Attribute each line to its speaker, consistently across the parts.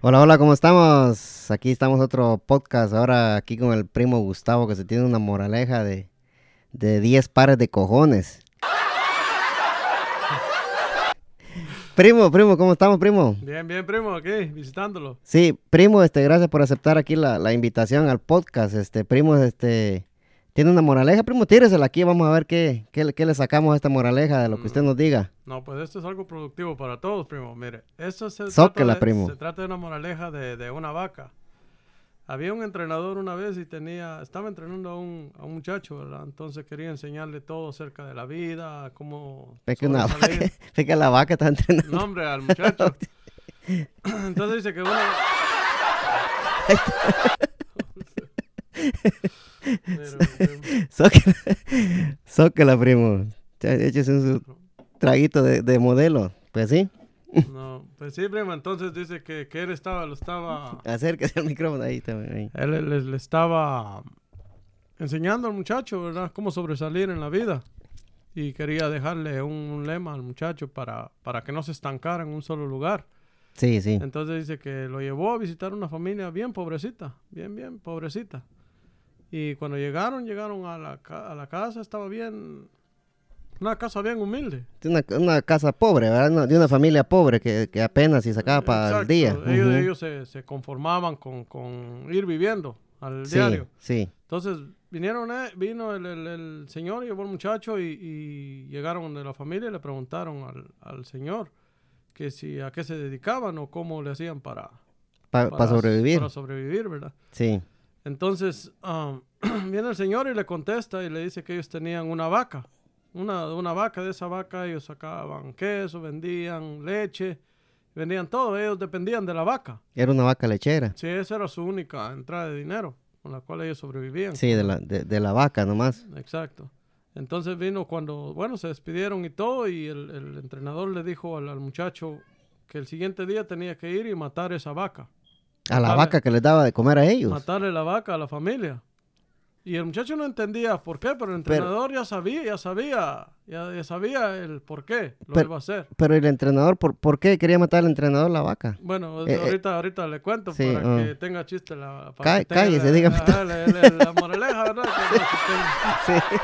Speaker 1: Hola, hola, ¿cómo estamos? Aquí estamos otro podcast, ahora aquí con el primo Gustavo que se tiene una moraleja de, de 10 pares de cojones. primo, primo, ¿cómo estamos, primo?
Speaker 2: Bien, bien, primo, aquí, visitándolo.
Speaker 1: Sí, primo, este, gracias por aceptar aquí la, la invitación al podcast. Este, primo, este, tiene una moraleja, primo, tíresela aquí, vamos a ver qué, qué, le- qué le sacamos a esta moraleja de lo que usted nos diga.
Speaker 2: No, pues esto es algo productivo para todos, primo. Mire, esto se,
Speaker 1: Zóquela,
Speaker 2: trata, de,
Speaker 1: primo.
Speaker 2: se trata de una moraleja de, de una vaca. Había un entrenador una vez y tenía, estaba entrenando a un, a un muchacho, ¿verdad? Entonces quería enseñarle todo acerca de la vida, cómo...
Speaker 1: Es que una
Speaker 2: sobresalir.
Speaker 1: vaca, es que la vaca está entrenando.
Speaker 2: No, hombre, al muchacho. Entonces dice que una... Pero, primo,
Speaker 1: Zóquela, Zóquela, primo. Ya, Échese un su- traguito de, de modelo. Pues sí,
Speaker 2: No, pues sí, primo, entonces dice que, que él estaba, lo estaba...
Speaker 1: acérquese al micrófono ahí también. ahí.
Speaker 2: Él le, le- le estaba enseñando al muchacho, ¿verdad? Cómo sobresalir en la vida. Y quería dejarle un, un lema al muchacho para, para que no se estancara en un solo lugar.
Speaker 1: Sí, sí.
Speaker 2: Entonces dice que lo llevó a visitar una familia bien pobrecita, bien, bien pobrecita. Y cuando llegaron, llegaron a la, ca- a la casa, estaba bien, una casa bien humilde.
Speaker 1: De una, una casa pobre, ¿verdad? Una- de una familia pobre que, que apenas si sacaba para el
Speaker 2: Exacto.
Speaker 1: día.
Speaker 2: Ellos,
Speaker 1: Ujú.
Speaker 2: ellos se, se conformaban con, con ir viviendo al
Speaker 1: sí,
Speaker 2: diario.
Speaker 1: sí.
Speaker 2: Entonces vinieron, eh, vino el, el- el señor, llevó al muchacho y, y llegaron de la familia y le preguntaron al, al señor que si a qué se dedicaban o cómo le hacían para,
Speaker 1: Para
Speaker 2: para-
Speaker 1: sobrevivir.
Speaker 2: Para sobrevivir, ¿verdad?
Speaker 1: Sí.
Speaker 2: Entonces am, viene el señor y le contesta y le dice que ellos tenían una vaca, una, una vaca, de esa vaca ellos sacaban queso, vendían leche, vendían todo, ellos dependían de la vaca.
Speaker 1: Era una vaca lechera.
Speaker 2: Sí, esa era su única entrada de dinero con la cual ellos sobrevivían.
Speaker 1: Sí, de la, de, de la vaca nomás.
Speaker 2: Exacto. Entonces vino cuando, bueno, se despidieron y todo, y el, el entrenador le dijo al, al muchacho que el siguiente día tenía que ir y matar esa vaca,
Speaker 1: A la
Speaker 2: Matarle-
Speaker 1: vaca que les daba de comer a ellos.
Speaker 2: matarle la vaca a la familia. Y el muchacho no entendía por qué, pero el
Speaker 1: Pero-
Speaker 2: entrenador ya sabía, ya sabía, ya, ya sabía el por qué lo
Speaker 1: Pero-
Speaker 2: iba a hacer.
Speaker 1: Pero el entrenador, ¿por, por qué quería matar al entrenador la vaca?
Speaker 2: Bueno,
Speaker 1: Eh, eh,
Speaker 2: ahorita, ahorita le cuento
Speaker 1: sí,
Speaker 2: para
Speaker 1: ah.
Speaker 2: que tenga chiste la...
Speaker 1: Ca-
Speaker 2: Para que tenga
Speaker 1: cállese,
Speaker 2: la-
Speaker 1: dígame
Speaker 2: ajá,
Speaker 1: todo.
Speaker 2: la, la- la moraleja, ¿verdad? Que- que tenga-
Speaker 1: Sí.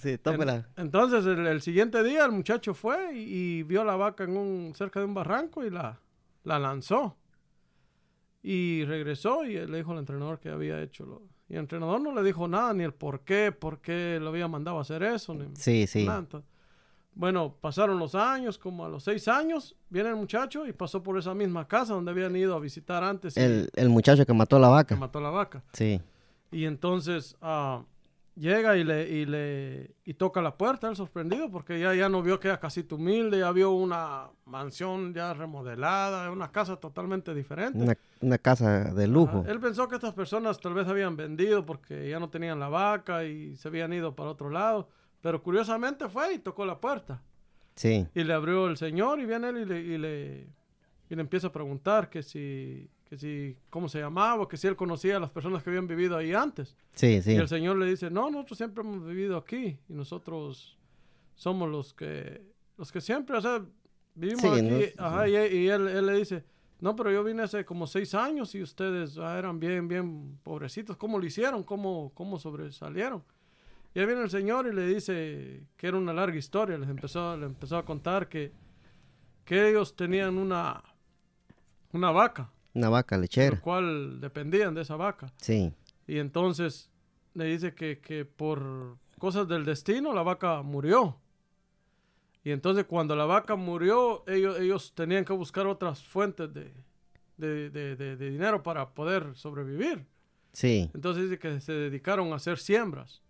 Speaker 1: sí, tómela.
Speaker 2: En- entonces, el, el siguiente día, el muchacho fue y, y vio la vaca en un, cerca de un barranco y la, la lanzó. Y regresó y le dijo al entrenador que había hecho. Lo, y el entrenador no le dijo nada, ni el por qué, por qué lo había mandado a hacer eso, ni
Speaker 1: Sí, sí.
Speaker 2: nada. Entonces, bueno, pasaron los años, como a los seis años, viene el muchacho y pasó por esa misma casa donde habían ido a visitar antes y
Speaker 1: El, el muchacho que mató a la
Speaker 2: que
Speaker 1: vaca.
Speaker 2: mató la vaca.
Speaker 1: Sí.
Speaker 2: Y entonces ah, llega y le, y le y toca la puerta, él sorprendido, porque ya, ya no vio que era casita humilde, ya vio una mansión ya remodelada, una casa totalmente diferente.
Speaker 1: Una, una casa de lujo.
Speaker 2: Ah, él pensó que estas personas tal vez habían vendido porque ya no tenían la vaca y se habían ido para otro lado, pero curiosamente fue y tocó la puerta.
Speaker 1: Sí.
Speaker 2: Y le abrió el señor y viene él y le, y le, y le empieza a preguntar que si, que si, cómo se llamaba, que si él conocía a las personas que habían vivido ahí antes.
Speaker 1: Sí, sí.
Speaker 2: Y el Señor le dice, no, nosotros siempre hemos vivido aquí y nosotros somos los que, los que siempre, o sea, vivimos
Speaker 1: Sí,
Speaker 2: aquí.
Speaker 1: ¿no?
Speaker 2: Ajá, y y él, él le dice, no, pero yo vine hace como seis años y ustedes ah, eran bien, bien pobrecitos. ¿Cómo lo hicieron? ¿Cómo, cómo sobresalieron? Y ahí viene el Señor y le dice que era una larga historia. Les empezó, le empezó a contar que, que ellos tenían una, una vaca,
Speaker 1: Una vaca
Speaker 2: del
Speaker 1: lechera.
Speaker 2: cual dependían de esa vaca.
Speaker 1: Sí.
Speaker 2: Y entonces le dice que, que por cosas del destino la vaca murió. Y entonces cuando la vaca murió, ellos, ellos tenían que buscar otras fuentes de, de- de- de- de dinero para poder sobrevivir.
Speaker 1: Sí.
Speaker 2: Entonces dice que se dedicaron a hacer siembras.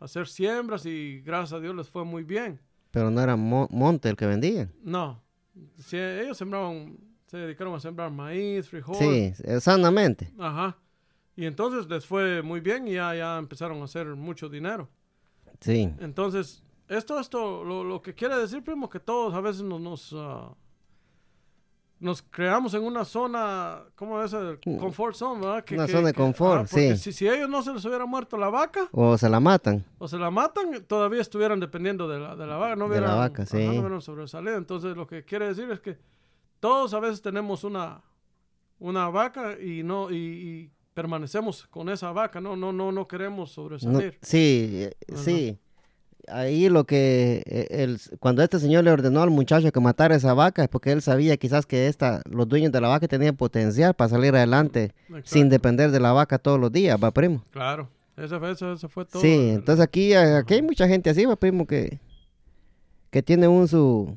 Speaker 2: A hacer siembras y gracias a Dios les fue muy bien.
Speaker 1: Pero no era mo- monte el que vendían.
Speaker 2: No, si ellos sembraban, se dedicaron a sembrar maíz, frijol,
Speaker 1: Sí, eh, sanamente.
Speaker 2: Ajá. Y entonces les fue muy bien y ya, ya empezaron a hacer mucho dinero.
Speaker 1: Sí.
Speaker 2: Entonces, esto, esto, lo, lo que quiere decir, primo, que todos a veces nos, nos, ah, nos creamos en una zona, ¿cómo es? El Comfort zone, ¿verdad?
Speaker 1: Mm. Una zona de confort,
Speaker 2: ah, porque
Speaker 1: sí.
Speaker 2: Si, si ellos no se les hubiera muerto la vaca
Speaker 1: O se la matan.
Speaker 2: o se la matan, todavía estuvieran dependiendo de la, de la vaca. No
Speaker 1: De la
Speaker 2: hubieran,
Speaker 1: vaca,
Speaker 2: ajá,
Speaker 1: sí.
Speaker 2: no hubieran sobresalido. Entonces, lo que quiere decir es que todos a veces tenemos una, una vaca y no y, y permanecemos con esa vaca, no no no no queremos
Speaker 1: No,
Speaker 2: sobresalir.
Speaker 1: sí, eh,
Speaker 2: Ajá.
Speaker 1: sí. Ahí lo que eh, el- cuando este señor le ordenó al muchacho que matara esa vaca es porque él sabía quizás que esta, los dueños de la vaca tenían potencial para salir adelante
Speaker 2: Exacto.
Speaker 1: sin depender de la vaca todos los días, va primo.
Speaker 2: Claro, ese fue, ese, ese fue todo.
Speaker 1: sí,
Speaker 2: el-
Speaker 1: entonces aquí, eh, aquí hay mucha gente así, va primo, que, que tiene un su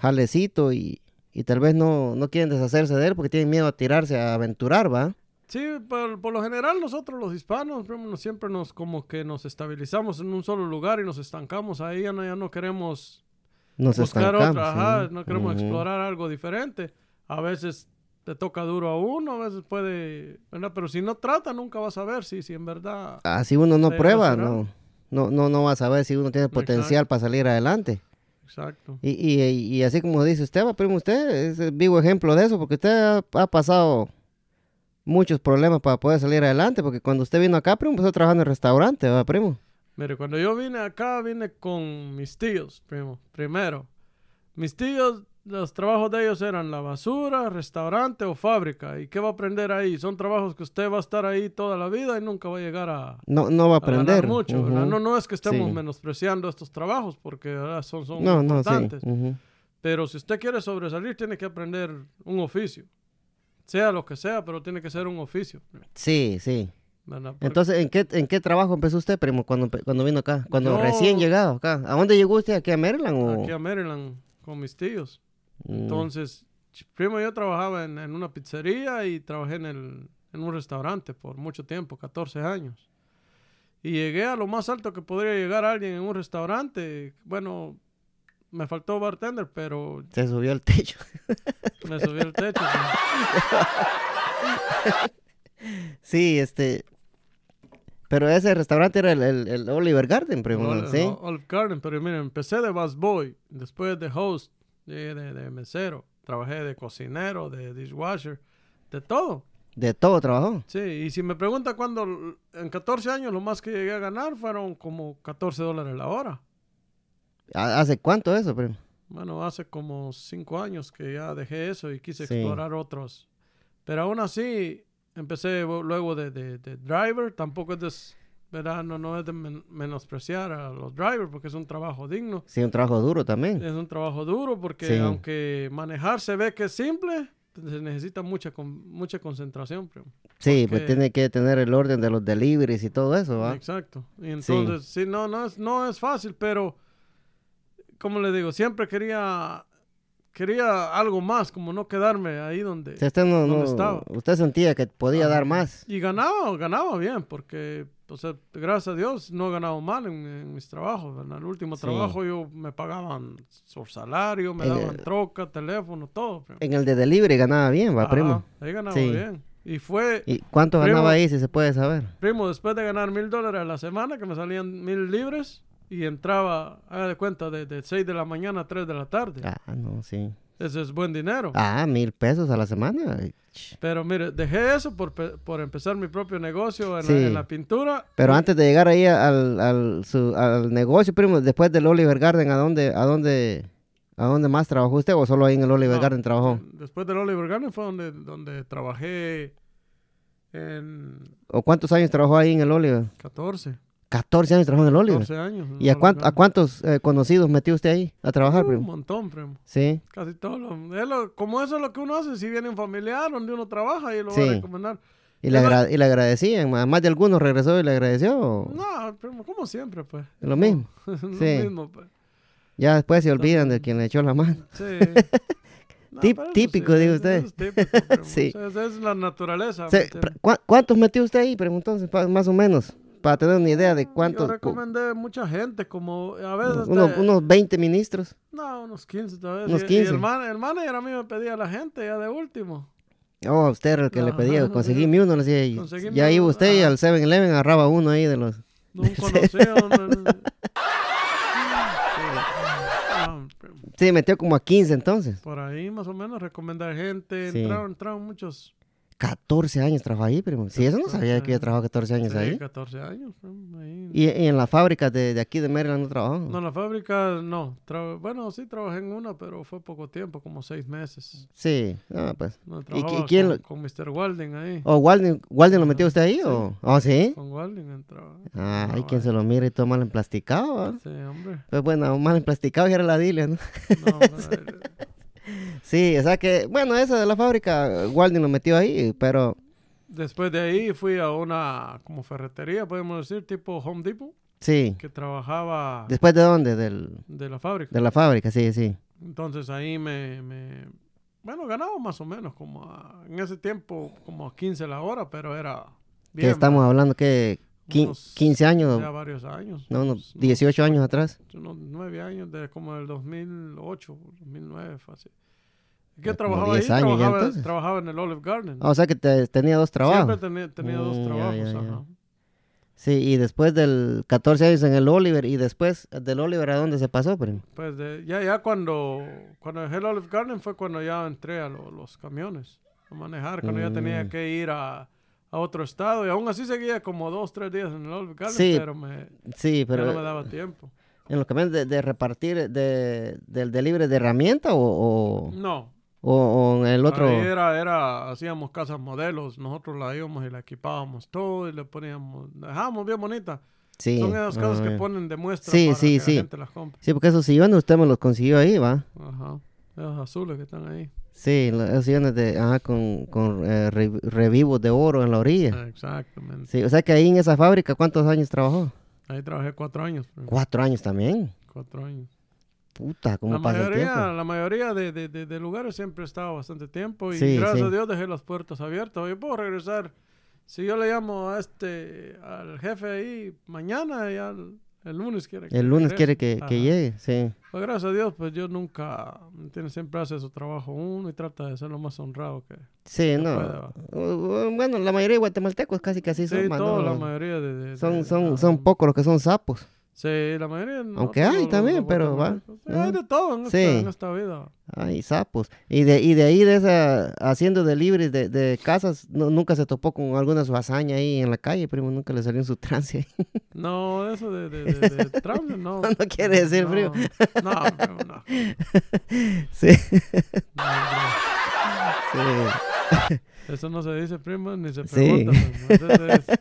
Speaker 1: jalecito y, y tal vez no, no quieren deshacerse de él porque tienen miedo a tirarse, a aventurar, va.
Speaker 2: Sí, por, por lo general nosotros los hispanos primo, nos- siempre nos como que nos estabilizamos en un solo lugar y nos estancamos ahí, ya no, ya no queremos
Speaker 1: Nos
Speaker 2: buscar
Speaker 1: estancamos.
Speaker 2: otra, ajá,
Speaker 1: sí.
Speaker 2: no queremos
Speaker 1: Ujú.
Speaker 2: explorar algo diferente. A veces te toca duro a uno, a veces puede, ¿verdad? Pero si no trata, nunca vas a ver si, si en verdad...
Speaker 1: Ah, si uno no
Speaker 2: Pero
Speaker 1: prueba,
Speaker 2: será.
Speaker 1: no, no, no, no va a saber si uno tiene potencial para salir adelante.
Speaker 2: Exacto.
Speaker 1: Y, y, y así como dice usted, va, primo, usted es el vivo ejemplo de eso, porque usted ha, ha pasado muchos problemas para poder salir adelante, porque cuando usted vino acá, primo, empezó trabajando en restaurante, va, primo.
Speaker 2: Mire, cuando yo vine acá, vine con mis tíos, primo, primero. Mis tíos, los trabajos de ellos eran la basura, restaurante o fábrica. ¿Y qué va a aprender ahí? Son trabajos que usted va a estar ahí toda la vida y nunca va a llegar a,
Speaker 1: No, no va a
Speaker 2: a ganar
Speaker 1: aprender.
Speaker 2: mucho. ¿verdad?
Speaker 1: Ujú.
Speaker 2: No, no es que estemos
Speaker 1: Sí.
Speaker 2: menospreciando estos trabajos porque ¿verdad? son, son
Speaker 1: no, no, sí.
Speaker 2: importantes.
Speaker 1: ujú.
Speaker 2: Pero si usted quiere sobresalir, tiene que aprender un oficio. Sea lo que sea, pero tiene que ser un oficio.
Speaker 1: Sí, sí.
Speaker 2: ¿verdad? Porque-
Speaker 1: Entonces, ¿en qué, ¿en qué trabajo empezó usted, primo, cuando, empe- cuando vino acá? Cuando
Speaker 2: Yo-
Speaker 1: recién llegado acá. ¿A dónde llegó usted? ¿Aquí a Maryland? O...
Speaker 2: aquí a Maryland con mis tíos.
Speaker 1: Mm,
Speaker 2: Entonces, ch- primo, yo trabajaba en, en una pizzería y trabajé en, el- en un restaurante por mucho tiempo, 14 años. Y llegué a lo más alto que podría llegar alguien en un restaurante. Bueno, me faltó bartender, pero
Speaker 1: Se subió al techo.
Speaker 2: me subí al techo.
Speaker 1: Sí, este. Pero ese restaurante era el, el- el Oliver Garden, primo,
Speaker 2: Ol-
Speaker 1: ¿sí?
Speaker 2: o- Olive Garden, pero miren, empecé de busboy, después de host, llegué de, de mesero, trabajé de cocinero, de dishwasher, de todo.
Speaker 1: De todo trabajó.
Speaker 2: Sí, y si me pregunta cuándo, l- en 14 años lo más que llegué a ganar fueron como 14 dólares la hora.
Speaker 1: ¿Ha- ¿Hace cuánto eso, primo?
Speaker 2: Bueno, hace como 5 años que ya dejé eso y quise
Speaker 1: Sí.
Speaker 2: explorar otros. Pero aún así, empecé bu- luego de, de- de driver, tampoco es, des- ¿verdad? No, no es de men- menospreciar a los drivers porque es un trabajo digno.
Speaker 1: Sí, un trabajo duro también.
Speaker 2: Es un trabajo duro porque
Speaker 1: Sí.
Speaker 2: aunque manejar se ve que es simple, se necesita mucha, con- mucha concentración. primo.
Speaker 1: Sí, pues
Speaker 2: porque-
Speaker 1: tiene que tener el orden de los deliveries y todo eso, ¿va?
Speaker 2: Exacto. Y entonces, sí, no, no es, no es fácil, pero como le digo, siempre quería quería algo más, como no quedarme ahí donde
Speaker 1: Si usted no,
Speaker 2: ¿Dónde
Speaker 1: no-
Speaker 2: estaba? Ah,
Speaker 1: usted sentía que podía
Speaker 2: Ajá.
Speaker 1: dar más.
Speaker 2: y ganaba, ganaba bien, porque o sea, gracias a Dios no he ganado mal en, en mis trabajos. ¿verdad? En el último
Speaker 1: Sí.
Speaker 2: trabajo yo me pagaban por salario, me
Speaker 1: Eh,
Speaker 2: daban troca, teléfono, todo. primo.
Speaker 1: En el de delivery ganaba bien, va,
Speaker 2: Ajá,
Speaker 1: primo.
Speaker 2: Ahí ganaba
Speaker 1: Sí.
Speaker 2: bien. Y fue,
Speaker 1: ¿Y cuánto
Speaker 2: Primo-
Speaker 1: ganaba ahí, si se puede saber?
Speaker 2: primo, después de ganar mil dólares a la semana, que me salían mil libres, y entraba, haga de cuenta, de, de 6 de la mañana a 3 de la tarde.
Speaker 1: Ah, no, sí.
Speaker 2: Ese es buen dinero.
Speaker 1: Ah, mil pesos a la semana. Ay, ch.
Speaker 2: Pero mire, dejé eso por, pe- por empezar mi propio negocio en,
Speaker 1: Sí.
Speaker 2: la, en la pintura.
Speaker 1: Pero antes de llegar ahí al, al, su- al negocio, primo, después del Oliver Garden, ¿a dónde, a dónde, a dónde más trabajó usted o solo ahí en el Oliver
Speaker 2: No,
Speaker 1: Garden trabajó?
Speaker 2: Después del Oliver Garden fue donde, donde trabajé en
Speaker 1: ¿O cuántos años trabajó ahí en el Oliver?
Speaker 2: 14,
Speaker 1: 14 años trabajó en el Oliver.
Speaker 2: 14 años. en
Speaker 1: ¿Y a,
Speaker 2: Oliver
Speaker 1: cuánto- a
Speaker 2: Garden.
Speaker 1: cuántos eh, conocidos metió usted ahí a trabajar,
Speaker 2: Un
Speaker 1: primo?
Speaker 2: montón, primo.
Speaker 1: Sí.
Speaker 2: Casi todo. Lo, es lo- como eso es lo que uno hace, si viene un familiar donde uno trabaja y lo va
Speaker 1: Sí.
Speaker 2: a recomendar.
Speaker 1: Y le,
Speaker 2: Es
Speaker 1: agra- y le agradecían. ma- Más de algunos regresó y le agradeció. ¿o?
Speaker 2: No, primo, como siempre, pues.
Speaker 1: pues. Lo mismo.
Speaker 2: lo
Speaker 1: Sí.
Speaker 2: mismo, pues.
Speaker 1: Ya después se olvidan de quien le echó la mano.
Speaker 2: Sí. No,
Speaker 1: Tip-
Speaker 2: pero eso
Speaker 1: típico, digo
Speaker 2: eso
Speaker 1: usted.
Speaker 2: es típico, primo.
Speaker 1: Sí.
Speaker 2: O sea, esa es la naturaleza.
Speaker 1: Se-
Speaker 2: ¿me entiende?
Speaker 1: pra- ¿cuá- ¿Cuántos metió usted ahí, primo, entonces, pa- más o menos? Para tener una idea de cuántos.
Speaker 2: Yo recomendé mucha gente, como a veces.
Speaker 1: uno-
Speaker 2: te-
Speaker 1: unos 20 ministros.
Speaker 2: No, unos 15 tal vez.
Speaker 1: Unos
Speaker 2: Y- y
Speaker 1: 15.
Speaker 2: el, man- el manager a mí me pedía a la gente ya de último.
Speaker 1: Oh, usted era el que le pedía,
Speaker 2: Ajá.
Speaker 1: conseguí mi uno, le decía, y-
Speaker 2: Conseguí
Speaker 1: y
Speaker 2: mi
Speaker 1: ahí
Speaker 2: uno,
Speaker 1: usted y
Speaker 2: ajá.
Speaker 1: al 7-Eleven agarraba uno ahí de los...
Speaker 2: De un conocido. un- Ah, primo,
Speaker 1: Sí, metió como a 15 entonces.
Speaker 2: por ahí más o menos recomendar gente.
Speaker 1: Sí.
Speaker 2: Entraron, entraron muchos.
Speaker 1: 14 años trabajó ahí, primo. Sí, eso no sabía que había trabajado 14 años
Speaker 2: Sí,
Speaker 1: ahí.
Speaker 2: 14 años. ¿no? Ahí.
Speaker 1: Y, y en las fábricas de, de aquí de Maryland no trabajó.
Speaker 2: No, en la fábrica no. Tra- bueno, sí trabajé en una, pero fue poco tiempo, como seis meses.
Speaker 1: Sí, no, pues.
Speaker 2: No,
Speaker 1: qui-
Speaker 2: trabajaba
Speaker 1: quién
Speaker 2: con,
Speaker 1: lo-
Speaker 2: con Mr. Walden ahí.
Speaker 1: ¿O Walden, Walden lo metió usted ahí? ¿O oh, sí?
Speaker 2: Con Walden entraba.
Speaker 1: Ah, hay
Speaker 2: Ah, No, eh.
Speaker 1: quien se lo mira y todo mal emplasticado. ¿va?
Speaker 2: Sí, hombre.
Speaker 1: Pues bueno, mal emplasticado y era la dile, ¿no?
Speaker 2: No, hombre, eh,
Speaker 1: Sí, o sea que, bueno, esa de la fábrica, Walden lo metió ahí, pero
Speaker 2: Después de ahí fui a una como ferretería, podemos decir, tipo Home Depot,
Speaker 1: sí.
Speaker 2: que trabajaba
Speaker 1: ¿Después de dónde? Del,
Speaker 2: de la fábrica.
Speaker 1: de la fábrica, sí, sí.
Speaker 2: Entonces ahí me, me- Bueno, ganaba más o menos, como a- en ese tiempo, como a 15 la hora, pero era.
Speaker 1: Que estamos hablando que quin-
Speaker 2: Unos-
Speaker 1: 15 años,
Speaker 2: Ya varios años.
Speaker 1: no, unos 18 años atrás.
Speaker 2: Unos 9 años, de como del 2008, 2009, fue así. Que
Speaker 1: Ya como
Speaker 2: trabajaba ahí,
Speaker 1: 10 años ya
Speaker 2: trabajaba,
Speaker 1: entonces.
Speaker 2: trabajaba en el Olive Garden.
Speaker 1: Ah, o sea que te- tenía dos trabajos.
Speaker 2: Siempre tenía, tenía
Speaker 1: Mm,
Speaker 2: dos
Speaker 1: ya,
Speaker 2: trabajos,
Speaker 1: ya, ya.
Speaker 2: ajá.
Speaker 1: Sí, y después del 14 años en el Oliver, y después del Oliver, ¿a dónde se pasó, primo?
Speaker 2: Pues de- ya, ya cuando, cuando dejé el Olive Garden fue cuando ya entré a lo- los camiones a manejar, cuando ya tenía
Speaker 1: Mm.
Speaker 2: que ir a, a otro estado y aún así seguía como dos, tres días en el Olive Garden,
Speaker 1: Sí,
Speaker 2: pero, me,
Speaker 1: Sí,
Speaker 2: pero
Speaker 1: pero
Speaker 2: no me daba tiempo.
Speaker 1: en los camiones de, de repartir, de, del delivery de herramienta o, o,
Speaker 2: No,
Speaker 1: o- o en el otro...
Speaker 2: ahí era, era, hacíamos casas modelos, nosotros la íbamos y la equipábamos todo y le poníamos, la dejábamos bien bonita.
Speaker 1: Sí.
Speaker 2: Son esas casas
Speaker 1: ah,
Speaker 2: que
Speaker 1: ya.
Speaker 2: ponen de muestra
Speaker 1: Sí,
Speaker 2: para
Speaker 1: sí,
Speaker 2: que
Speaker 1: sí.
Speaker 2: la gente las compre.
Speaker 1: Sí, porque esos sillones usted me los consiguió ahí, ¿va?
Speaker 2: Ajá, esas azules que están ahí.
Speaker 1: Sí, lo- esos sillones de, ajá, con, con eh, re- revivos de oro en la
Speaker 2: Ah.
Speaker 1: orilla.
Speaker 2: Exactamente.
Speaker 1: Sí, o sea que ahí en esa fábrica, ¿cuántos años trabajó?
Speaker 2: Ahí trabajé cuatro años, primo,
Speaker 1: Cuatro años también.
Speaker 2: cuatro años.
Speaker 1: Puta,
Speaker 2: La
Speaker 1: ¿cómo pasa el tiempo?
Speaker 2: mayoría, la mayoría de, de- de- de lugares siempre he estado bastante tiempo y
Speaker 1: Sí,
Speaker 2: gracias
Speaker 1: sí.
Speaker 2: a Dios dejé las puertas abiertas. Yo puedo regresar. Si yo le llamo a este, al jefe ahí mañana, ya el, el lunes quiere
Speaker 1: El lunes
Speaker 2: regrese.
Speaker 1: quiere que,
Speaker 2: Ajá.
Speaker 1: que llegue, sí.
Speaker 2: Pues gracias a Dios, pues yo nunca, ¿me entiendes? Siempre hace su trabajo uno y trata de ser lo más honrado que
Speaker 1: Sí,
Speaker 2: se
Speaker 1: no.
Speaker 2: pueda.
Speaker 1: Uh, uh, Bueno, la mayoría de guatemaltecos casi que así
Speaker 2: Sí,
Speaker 1: son, ma,
Speaker 2: todos,
Speaker 1: no,
Speaker 2: la mayoría de... de- de-
Speaker 1: son,
Speaker 2: ah,
Speaker 1: son, son pocos los que son sapos.
Speaker 2: Sí, la mayoría... no,
Speaker 1: Aunque hay
Speaker 2: todos los
Speaker 1: también, pero va.
Speaker 2: guatemaltecos. Sí, Hay
Speaker 1: Ajá.
Speaker 2: de todo en,
Speaker 1: Sí.
Speaker 2: esta, en esta vida.
Speaker 1: Ay, sapos. Y de, y de ahí, de esa, haciendo deliveries de, de casas, no- nunca se topó con alguna su hazaña ahí en la calle, primo, nunca le salió en su trance.
Speaker 2: No, eso de, de, de, de Trump, no.
Speaker 1: No quiere decir
Speaker 2: no,
Speaker 1: frío.
Speaker 2: No, primo, no.
Speaker 1: sí,
Speaker 2: No, hombre,
Speaker 1: sí.
Speaker 2: Eso no se dice, primo, ni se
Speaker 1: Sí.
Speaker 2: pregunta. primo. Eso es-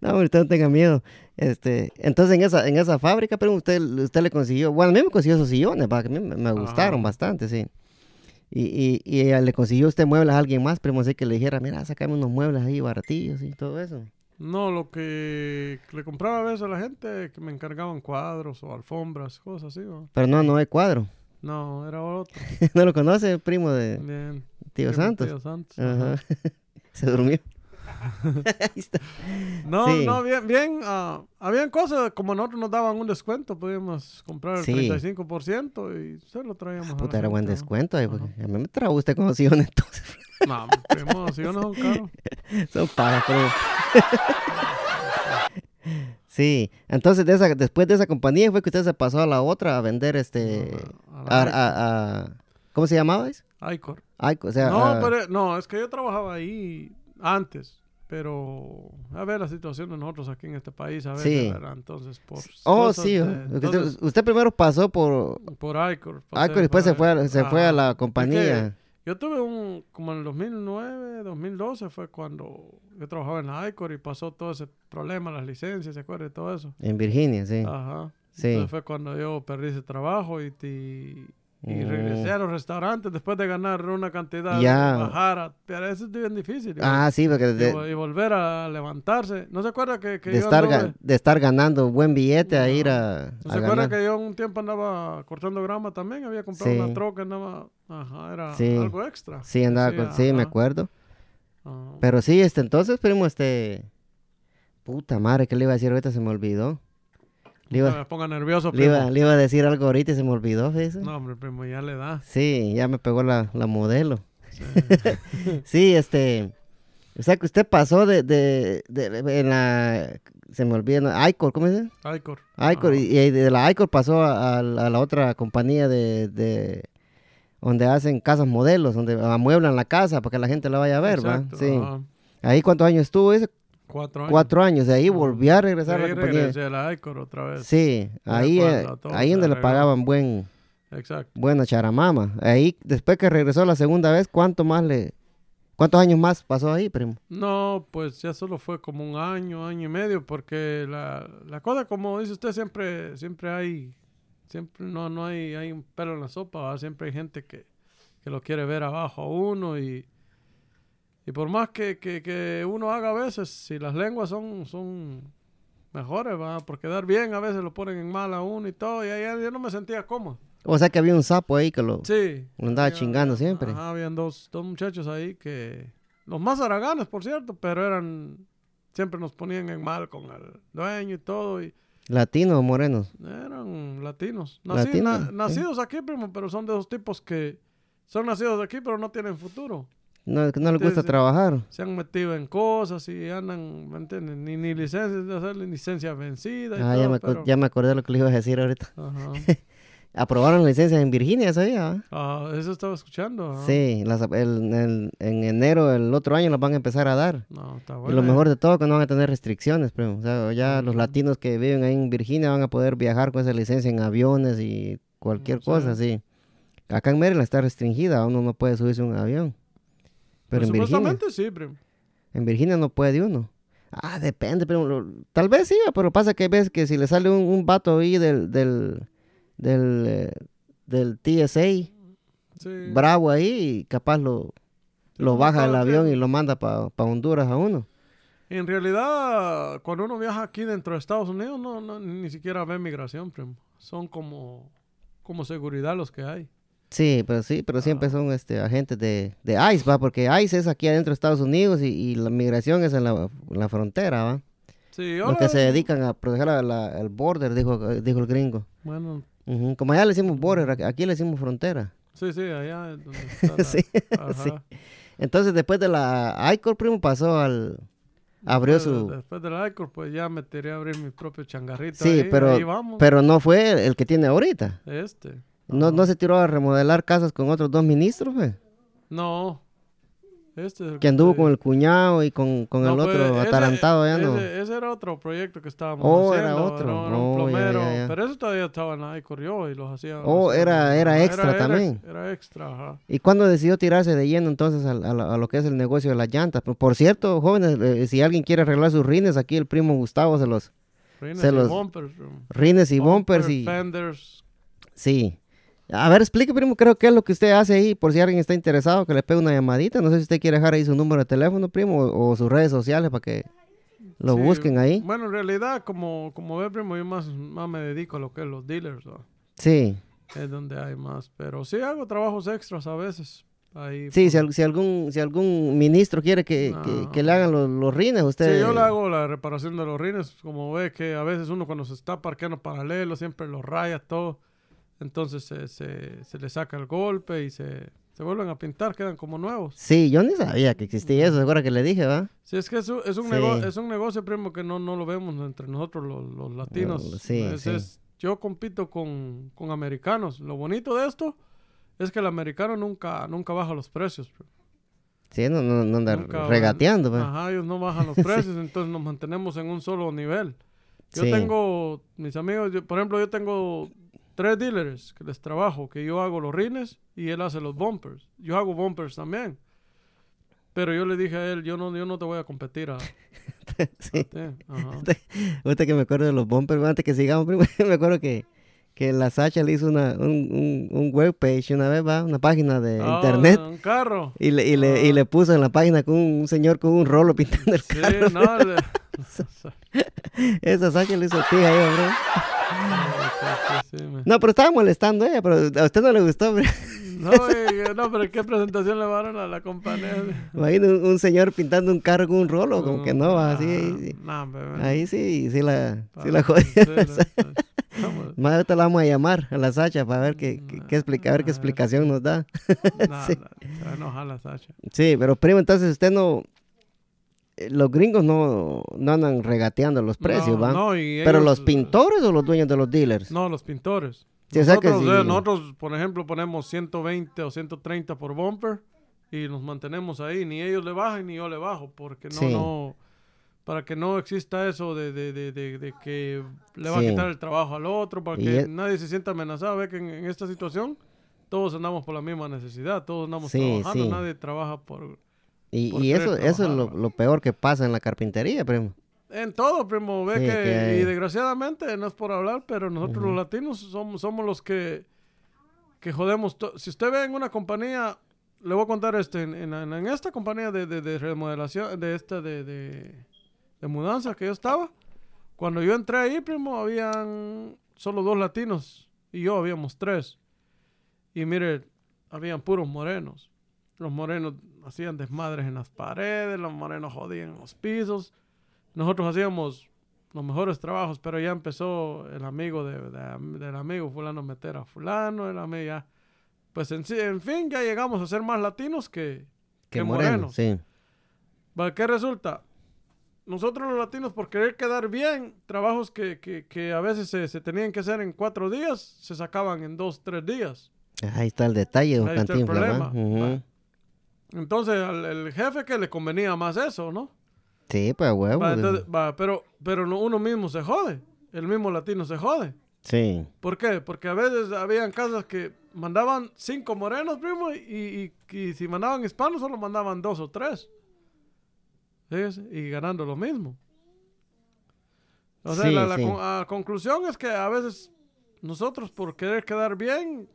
Speaker 1: No, ahorita no tenga miedo. Este, entonces en esa, en esa fábrica, pero usted, usted le consiguió, bueno, a mí me consiguió esos sillones, va, que a mí me, me
Speaker 2: Ajá.
Speaker 1: gustaron bastante, sí. Y, y, y ella le consiguió usted muebles a alguien más, primo, así que le dijera, mira, sacame unos muebles ahí baratillos y todo eso.
Speaker 2: no, lo que le compraba a veces a la gente que me encargaban cuadros o alfombras, cosas así. No,
Speaker 1: Pero no, no hay cuadro.
Speaker 2: no era otro.
Speaker 1: ¿No lo conoce, primo de
Speaker 2: Bien.
Speaker 1: Tío
Speaker 2: primo
Speaker 1: Santos?
Speaker 2: Tío Santos.
Speaker 1: Ajá. Se durmió. Ahí está.
Speaker 2: No,
Speaker 1: Sí.
Speaker 2: no, bien, bien. ah, habían cosas, como nosotros nos daban un descuento, podíamos comprar el
Speaker 1: Sí. Ah,
Speaker 2: 35% y se lo traíamos. a la
Speaker 1: Puta, era buen
Speaker 2: gente, Ah, ¿no?
Speaker 1: descuento ahí, porque a mí me trajo usted con los sillones, entonces.
Speaker 2: No, primo, si yo no son caros.
Speaker 1: Son pajas, creo. Sí, entonces de esa, después de esa compañía fue que usted se pasó a la otra a vender este...
Speaker 2: A la-
Speaker 1: A,
Speaker 2: a la-
Speaker 1: a- a- ¿Cómo se llamaba eso?
Speaker 2: Icor.
Speaker 1: Ay, o sea,
Speaker 2: No,
Speaker 1: a-
Speaker 2: pero, no, es que yo trabajaba ahí antes, pero a ver la situación de nosotros aquí en este país, a ver,
Speaker 1: Sí.
Speaker 2: ¿verdad? entonces por...
Speaker 1: Oh,
Speaker 2: cosas
Speaker 1: sí.
Speaker 2: de-
Speaker 1: usted-
Speaker 2: entonces,
Speaker 1: usted, primero pasó por
Speaker 2: por Icor. pasé
Speaker 1: Alco y después se fue a, se fue a
Speaker 2: ajá.
Speaker 1: la compañía.
Speaker 2: Yo tuve un, como en el 2009, 2012 fue cuando yo trabajaba en la Icor y pasó todo ese problema, las licencias, ¿se acuerda? Y todo eso.
Speaker 1: En Virginia, sí.
Speaker 2: Ajá.
Speaker 1: Sí.
Speaker 2: Entonces fue cuando yo perdí ese trabajo y, y, y
Speaker 1: Mm.
Speaker 2: regresé a los restaurantes después de ganar una cantidad,
Speaker 1: Ya.
Speaker 2: bajar, a- pero eso es bien difícil. igual.
Speaker 1: ah, sí, porque
Speaker 2: Y
Speaker 1: de,
Speaker 2: vo- y, volver a levantarse. ¿No se acuerda que, que
Speaker 1: de
Speaker 2: yo
Speaker 1: estar,
Speaker 2: anduve-
Speaker 1: ga- de estar ganando buen billete a ir a,
Speaker 2: ¿No
Speaker 1: a
Speaker 2: se acuerda
Speaker 1: ganar.
Speaker 2: que yo un tiempo andaba cortando grama también? Había comprado
Speaker 1: Sí.
Speaker 2: una troca, andaba... Ajá, era
Speaker 1: Sí.
Speaker 2: algo extra.
Speaker 1: Sí, andaba con- sí, me
Speaker 2: ajá,
Speaker 1: acuerdo.
Speaker 2: ajá.
Speaker 1: Pero sí, este, entonces, primo, este... Puta madre, ¿qué le iba a decir ahorita? Se me olvidó. Le
Speaker 2: No
Speaker 1: iba,
Speaker 2: me ponga nervioso,
Speaker 1: le iba,
Speaker 2: primo.
Speaker 1: le iba a decir algo ahorita y se me olvidó, fíjese.
Speaker 2: No, hombre, primo, ya le da.
Speaker 1: Sí, ya me pegó la, la modelo.
Speaker 2: Sí.
Speaker 1: Sí, este. O sea, que usted pasó de. de, de- de- en la. Se me olvida, ¿no? Icor, ¿cómo dice?
Speaker 2: Icor.
Speaker 1: Icor,
Speaker 2: Ajá.
Speaker 1: y, y de la Icor pasó a, a la a la otra compañía de. de donde hacen casas modelos, donde amueblan la casa para que la gente la vaya a ver,
Speaker 2: Ah, Exacto,
Speaker 1: ¿va? Sí.
Speaker 2: ajá.
Speaker 1: Ahí cuántos años estuvo ese?
Speaker 2: Cuatro años.
Speaker 1: Cuatro años. De ahí
Speaker 2: Ajá.
Speaker 1: volví a
Speaker 2: Sí,
Speaker 1: regresar a la compañía.
Speaker 2: regresé a la Icor otra vez.
Speaker 1: Sí,
Speaker 2: Ya
Speaker 1: ahí, eh,
Speaker 2: cuando todo
Speaker 1: ahí
Speaker 2: se
Speaker 1: donde le
Speaker 2: arregló.
Speaker 1: pagaban buen,
Speaker 2: Exacto.
Speaker 1: buena charamama. Ahí, después que regresó la segunda vez, ¿cuánto más le, cuántos años más pasó ahí, primo?
Speaker 2: No, pues ya solo fue como un año, año y medio, porque la, la cosa, como dice usted, siempre, siempre hay, siempre no, no hay, hay un pelo en la sopa, ¿va? siempre hay gente que, que lo quiere ver abajo a uno y, y por más que, que- que uno haga a veces, si las lenguas son, son mejores, ¿va? por quedar bien, a veces lo ponen en mal a uno y todo, y ahí ya- yo no me sentía cómodo.
Speaker 1: O sea que había un sapo ahí que lo,
Speaker 2: Sí.
Speaker 1: lo andaba chingando siempre.
Speaker 2: Ajá, habían dos, dos muchachos ahí que... Los más haraganes, por cierto, pero eran... Siempre nos ponían en mal con el dueño y todo. Y
Speaker 1: Latinos o morenos.
Speaker 2: eran latinos. Nací-
Speaker 1: Latinos,
Speaker 2: na-
Speaker 1: sí.
Speaker 2: Nacidos aquí, primo, pero son de esos tipos que... Son nacidos aquí, pero no tienen futuro.
Speaker 1: No, que no les
Speaker 2: Sí,
Speaker 1: gusta
Speaker 2: sí.
Speaker 1: trabajar.
Speaker 2: Se han metido en cosas y andan, ¿me entiendes? Ni, ni licencias, de hacer licencia vencida y
Speaker 1: Ah,
Speaker 2: todo,
Speaker 1: ya me, acu-
Speaker 2: pero-
Speaker 1: ya me acordé lo que le iba a decir ahorita.
Speaker 2: Ajá.
Speaker 1: Aprobaron licencias en Virginia, ¿sabía? va?
Speaker 2: Ah, eso estaba escuchando. ajá.
Speaker 1: Sí, las- el- el- en enero del otro año las van a empezar a dar.
Speaker 2: No, está
Speaker 1: y
Speaker 2: bueno.
Speaker 1: lo
Speaker 2: eh.
Speaker 1: mejor de todo que no van a tener restricciones, primo. O sea, ya los
Speaker 2: Ujú.
Speaker 1: latinos que viven ahí en Virginia van a poder viajar con esa licencia en aviones y cualquier
Speaker 2: Sí.
Speaker 1: cosa, sí. Acá en Maryland está restringida, uno no puede subirse a un avión. Pero
Speaker 2: Pues,
Speaker 1: en Virginia,
Speaker 2: Supuestamente sí, primo.
Speaker 1: en Virginia no puede uno. Ah, depende, primo. lo- Tal vez sí, pero pasa que ves que si le sale un, un vato ahí del, del, del, eh, del TSA,
Speaker 2: Sí.
Speaker 1: bravo ahí, y capaz lo,
Speaker 2: Sí,
Speaker 1: lo
Speaker 2: como
Speaker 1: baja del
Speaker 2: estaba
Speaker 1: avión
Speaker 2: diciendo.
Speaker 1: y lo manda para Honduras a uno.
Speaker 2: En realidad, cuando uno viaja aquí dentro de Estados Unidos, no, no- ni siquiera ve migración, primo. Son como, como seguridad los que hay.
Speaker 1: Sí, pero sí, pero siempre
Speaker 2: Ah.
Speaker 1: son este agentes de, de ICE, va, porque ICE es aquí adentro de Estados Unidos y, y la migración es en la, en la frontera, va.
Speaker 2: Sí,
Speaker 1: Los
Speaker 2: ahora-
Speaker 1: que se dedican a proteger a la- el border, dijo, dijo el gringo.
Speaker 2: Bueno,
Speaker 1: Ujú, Como allá le decimos border, ac- aquí le decimos frontera.
Speaker 2: sí, sí, allá es donde está la-
Speaker 1: Sí,
Speaker 2: ajá.
Speaker 1: Entonces después de la ICOR, primo, pasó al... Abrió
Speaker 2: Después de-
Speaker 1: su...
Speaker 2: Después del alcohol, pues ya me tiré a abrir mi propio changarrito.
Speaker 1: Sí,
Speaker 2: ahí,
Speaker 1: pero,
Speaker 2: ahí vamos.
Speaker 1: pero no fue el que tiene ahorita.
Speaker 2: Este.
Speaker 1: No, no se tiró a remodelar casas con otros dos ministros, pues.
Speaker 2: No. Este es el
Speaker 1: Que anduvo
Speaker 2: te
Speaker 1: con el cuñado y con, con el
Speaker 2: No, pues,
Speaker 1: otro
Speaker 2: ese-
Speaker 1: atarantado allá, ¿no?
Speaker 2: Ese, ese era otro proyecto que estábamos
Speaker 1: Oh, era
Speaker 2: haciendo.
Speaker 1: otro.
Speaker 2: ¿no? Era un
Speaker 1: Oh, ya, ya,
Speaker 2: plomero.
Speaker 1: ya.
Speaker 2: Pero eso todavía estaba en la corrió y los hacía.
Speaker 1: Oh,
Speaker 2: hacía-
Speaker 1: era- era
Speaker 2: ajá,
Speaker 1: extra también.
Speaker 2: Era, extra, ajá.
Speaker 1: ¿Y cuándo decidió tirarse de lleno entonces al- a, la- a lo que es el negocio de las llantas? Por- Por cierto, jóvenes, eh, si alguien quiere arreglar sus rines, aquí el primo Gustavo se los...
Speaker 2: Rines
Speaker 1: Se
Speaker 2: y
Speaker 1: los-
Speaker 2: bumpers. um,
Speaker 1: Rines
Speaker 2: Oh,
Speaker 1: y bumpers y...
Speaker 2: Fenders.
Speaker 1: Sí. A ver, explique, primo, creo que es lo que usted hace ahí, por si alguien está interesado, que le pegue una llamadita. No sé si usted quiere dejar ahí su número de teléfono, primo, o, o sus redes sociales para que lo
Speaker 2: Sí,
Speaker 1: busquen ahí.
Speaker 2: Bueno, en realidad, como, como ve, primo, yo más, más me dedico a lo que es los dealers. ¿no?
Speaker 1: Sí.
Speaker 2: Es donde hay más. Pero sí hago trabajos extras a veces. Ahí.
Speaker 1: Sí, si, al- si algún, si algún ministro quiere que, que- que le hagan los, los rines, usted...
Speaker 2: Sí, yo le hago la reparación de los rines, como ves que a veces uno cuando se está parqueando paralelo siempre los raya todo, entonces se, se, se le saca el golpe y se, se vuelven a pintar, quedan como nuevos.
Speaker 1: Sí, yo ni sabía que existía eso, ahora que le dije, ¿va?
Speaker 2: Sí, es que es, un- es un,
Speaker 1: Sí.
Speaker 2: nego- es un negocio, primo, que no, no lo vemos entre nosotros los, los latinos.
Speaker 1: Oh, sí,
Speaker 2: Es-
Speaker 1: sí.
Speaker 2: es- yo compito con, con americanos. Lo bonito de esto es que el americano nunca, nunca baja los precios. primo.
Speaker 1: Sí, no, no, no andar
Speaker 2: Nunca van-
Speaker 1: regateando, pues.
Speaker 2: Ajá, ellos no bajan los precios, entonces nos mantenemos en un solo nivel. Yo
Speaker 1: Sí.
Speaker 2: tengo, mis amigos, yo- por ejemplo, yo tengo tres dealers que les trabajo, que yo hago los rines y él hace los bumpers. Yo hago bumpers también. Pero yo le dije a él, yo no, yo no te voy a competir a, a
Speaker 1: Sí.
Speaker 2: ti. Ajá.
Speaker 1: Ahorita que me acuerdo de los bumpers, antes que sigamos, primo, me acuerdo que, que la Sacha le hizo una, un, un, un webpage una vez, ¿va? Una página de
Speaker 2: Ah,
Speaker 1: internet.
Speaker 2: Un carro.
Speaker 1: Y le, y, le, y le puso en la página con un, un señor con un rolo pintando el
Speaker 2: Sí,
Speaker 1: carro.
Speaker 2: no, le- sí, sí,
Speaker 1: Esa Sacha le hizo pija ahí, bro.
Speaker 2: sí, sí, me-
Speaker 1: No, pero estaba molestando ella, pero a usted no le gustó, bro.
Speaker 2: No, y- no, pero ¿qué presentación le van a dar a la compañía?
Speaker 1: Imagina un, un señor pintando un carro con un rolo, como que no, va, así.
Speaker 2: Ah,
Speaker 1: Ahí,
Speaker 2: nah, bebé.
Speaker 1: ahí sí, sí la, sí
Speaker 2: Para
Speaker 1: la jodía.
Speaker 2: hacer esto. Vamos,
Speaker 1: Más ahorita la vamos a llamar a la Sacha para ver qué, qué, qué explica- a ver qué
Speaker 2: Ah,
Speaker 1: explicación nos da.
Speaker 2: nada, se va a enojar la Sacha.
Speaker 1: Sí, pero primo, entonces usted no. eh, Los gringos no, no andan regateando los precios,
Speaker 2: No,
Speaker 1: ¿va?
Speaker 2: no, y
Speaker 1: pero
Speaker 2: ellos-
Speaker 1: los pintores o los dueños de los dealers.
Speaker 2: No, los pintores.
Speaker 1: Sí, o sea que
Speaker 2: nosotros, o sea,
Speaker 1: si-
Speaker 2: nosotros, por ejemplo, ponemos 120 o 130 por bumper y nos mantenemos ahí. Ni ellos le bajan ni yo le bajo, porque no,
Speaker 1: Sí.
Speaker 2: no para que no exista eso de, de- de- de- de que le va
Speaker 1: Sí.
Speaker 2: a quitar el trabajo al otro, para
Speaker 1: Y
Speaker 2: que
Speaker 1: es-
Speaker 2: nadie se sienta amenazado. Ve que en, en esta situación todos andamos por la misma necesidad, todos andamos
Speaker 1: Sí,
Speaker 2: trabajando,
Speaker 1: sí.
Speaker 2: nadie trabaja por...
Speaker 1: Y,
Speaker 2: por
Speaker 1: y
Speaker 2: querer
Speaker 1: eso, eso es lo,
Speaker 2: trabajar, ¿no?
Speaker 1: lo peor que pasa en la carpintería, primo.
Speaker 2: En todo, primo, ve
Speaker 1: Sí,
Speaker 2: que,
Speaker 1: que-
Speaker 2: y desgraciadamente, no es por hablar, pero nosotros los latinos somos, somos los que, que jodemos. to- Si usted ve en una compañía, le voy a contar este, en, en- en esta compañía de, de- de remodelación, de esta de, de, de mudanza que yo estaba, cuando yo entré ahí, primo, habían solo dos latinos y yo habíamos tres. Y mire, habían puros morenos. Los morenos hacían desmadres en las paredes, los morenos jodían los pisos. Nosotros hacíamos los mejores trabajos, pero ya empezó el amigo de, de- del amigo fulano a meter a fulano, el amigo ya. Pues en, sí- en fin, ya llegamos a ser más latinos que,
Speaker 1: Que,
Speaker 2: que
Speaker 1: moreno.
Speaker 2: morenos.
Speaker 1: Sí.
Speaker 2: ¿Va? ¿Qué resulta? Nosotros los latinos, por querer quedar bien, trabajos que, que- que a veces se, se tenían que hacer en cuatro días, se sacaban en dos, tres días.
Speaker 1: Ahí está el detalle, don
Speaker 2: Ahí está el
Speaker 1: Cantinflas,
Speaker 2: problema.
Speaker 1: ¿va? Ujú.
Speaker 2: Va. Entonces, al el jefe que le convenía más eso, ¿no?
Speaker 1: Sí, pues a huevo.
Speaker 2: Va,
Speaker 1: primo.
Speaker 2: entonces, va, pero pero no- uno mismo se jode, el mismo latino se jode.
Speaker 1: Sí.
Speaker 2: ¿Por qué? Porque a veces habían casas que mandaban cinco morenos, primo, y, y- y si mandaban hispanos solo mandaban dos o tres. Fíjese, Y ganando lo mismo. O sea,
Speaker 1: Sí,
Speaker 2: la, la
Speaker 1: sí.
Speaker 2: con- a conclusión es que a veces nosotros por querer quedar bien,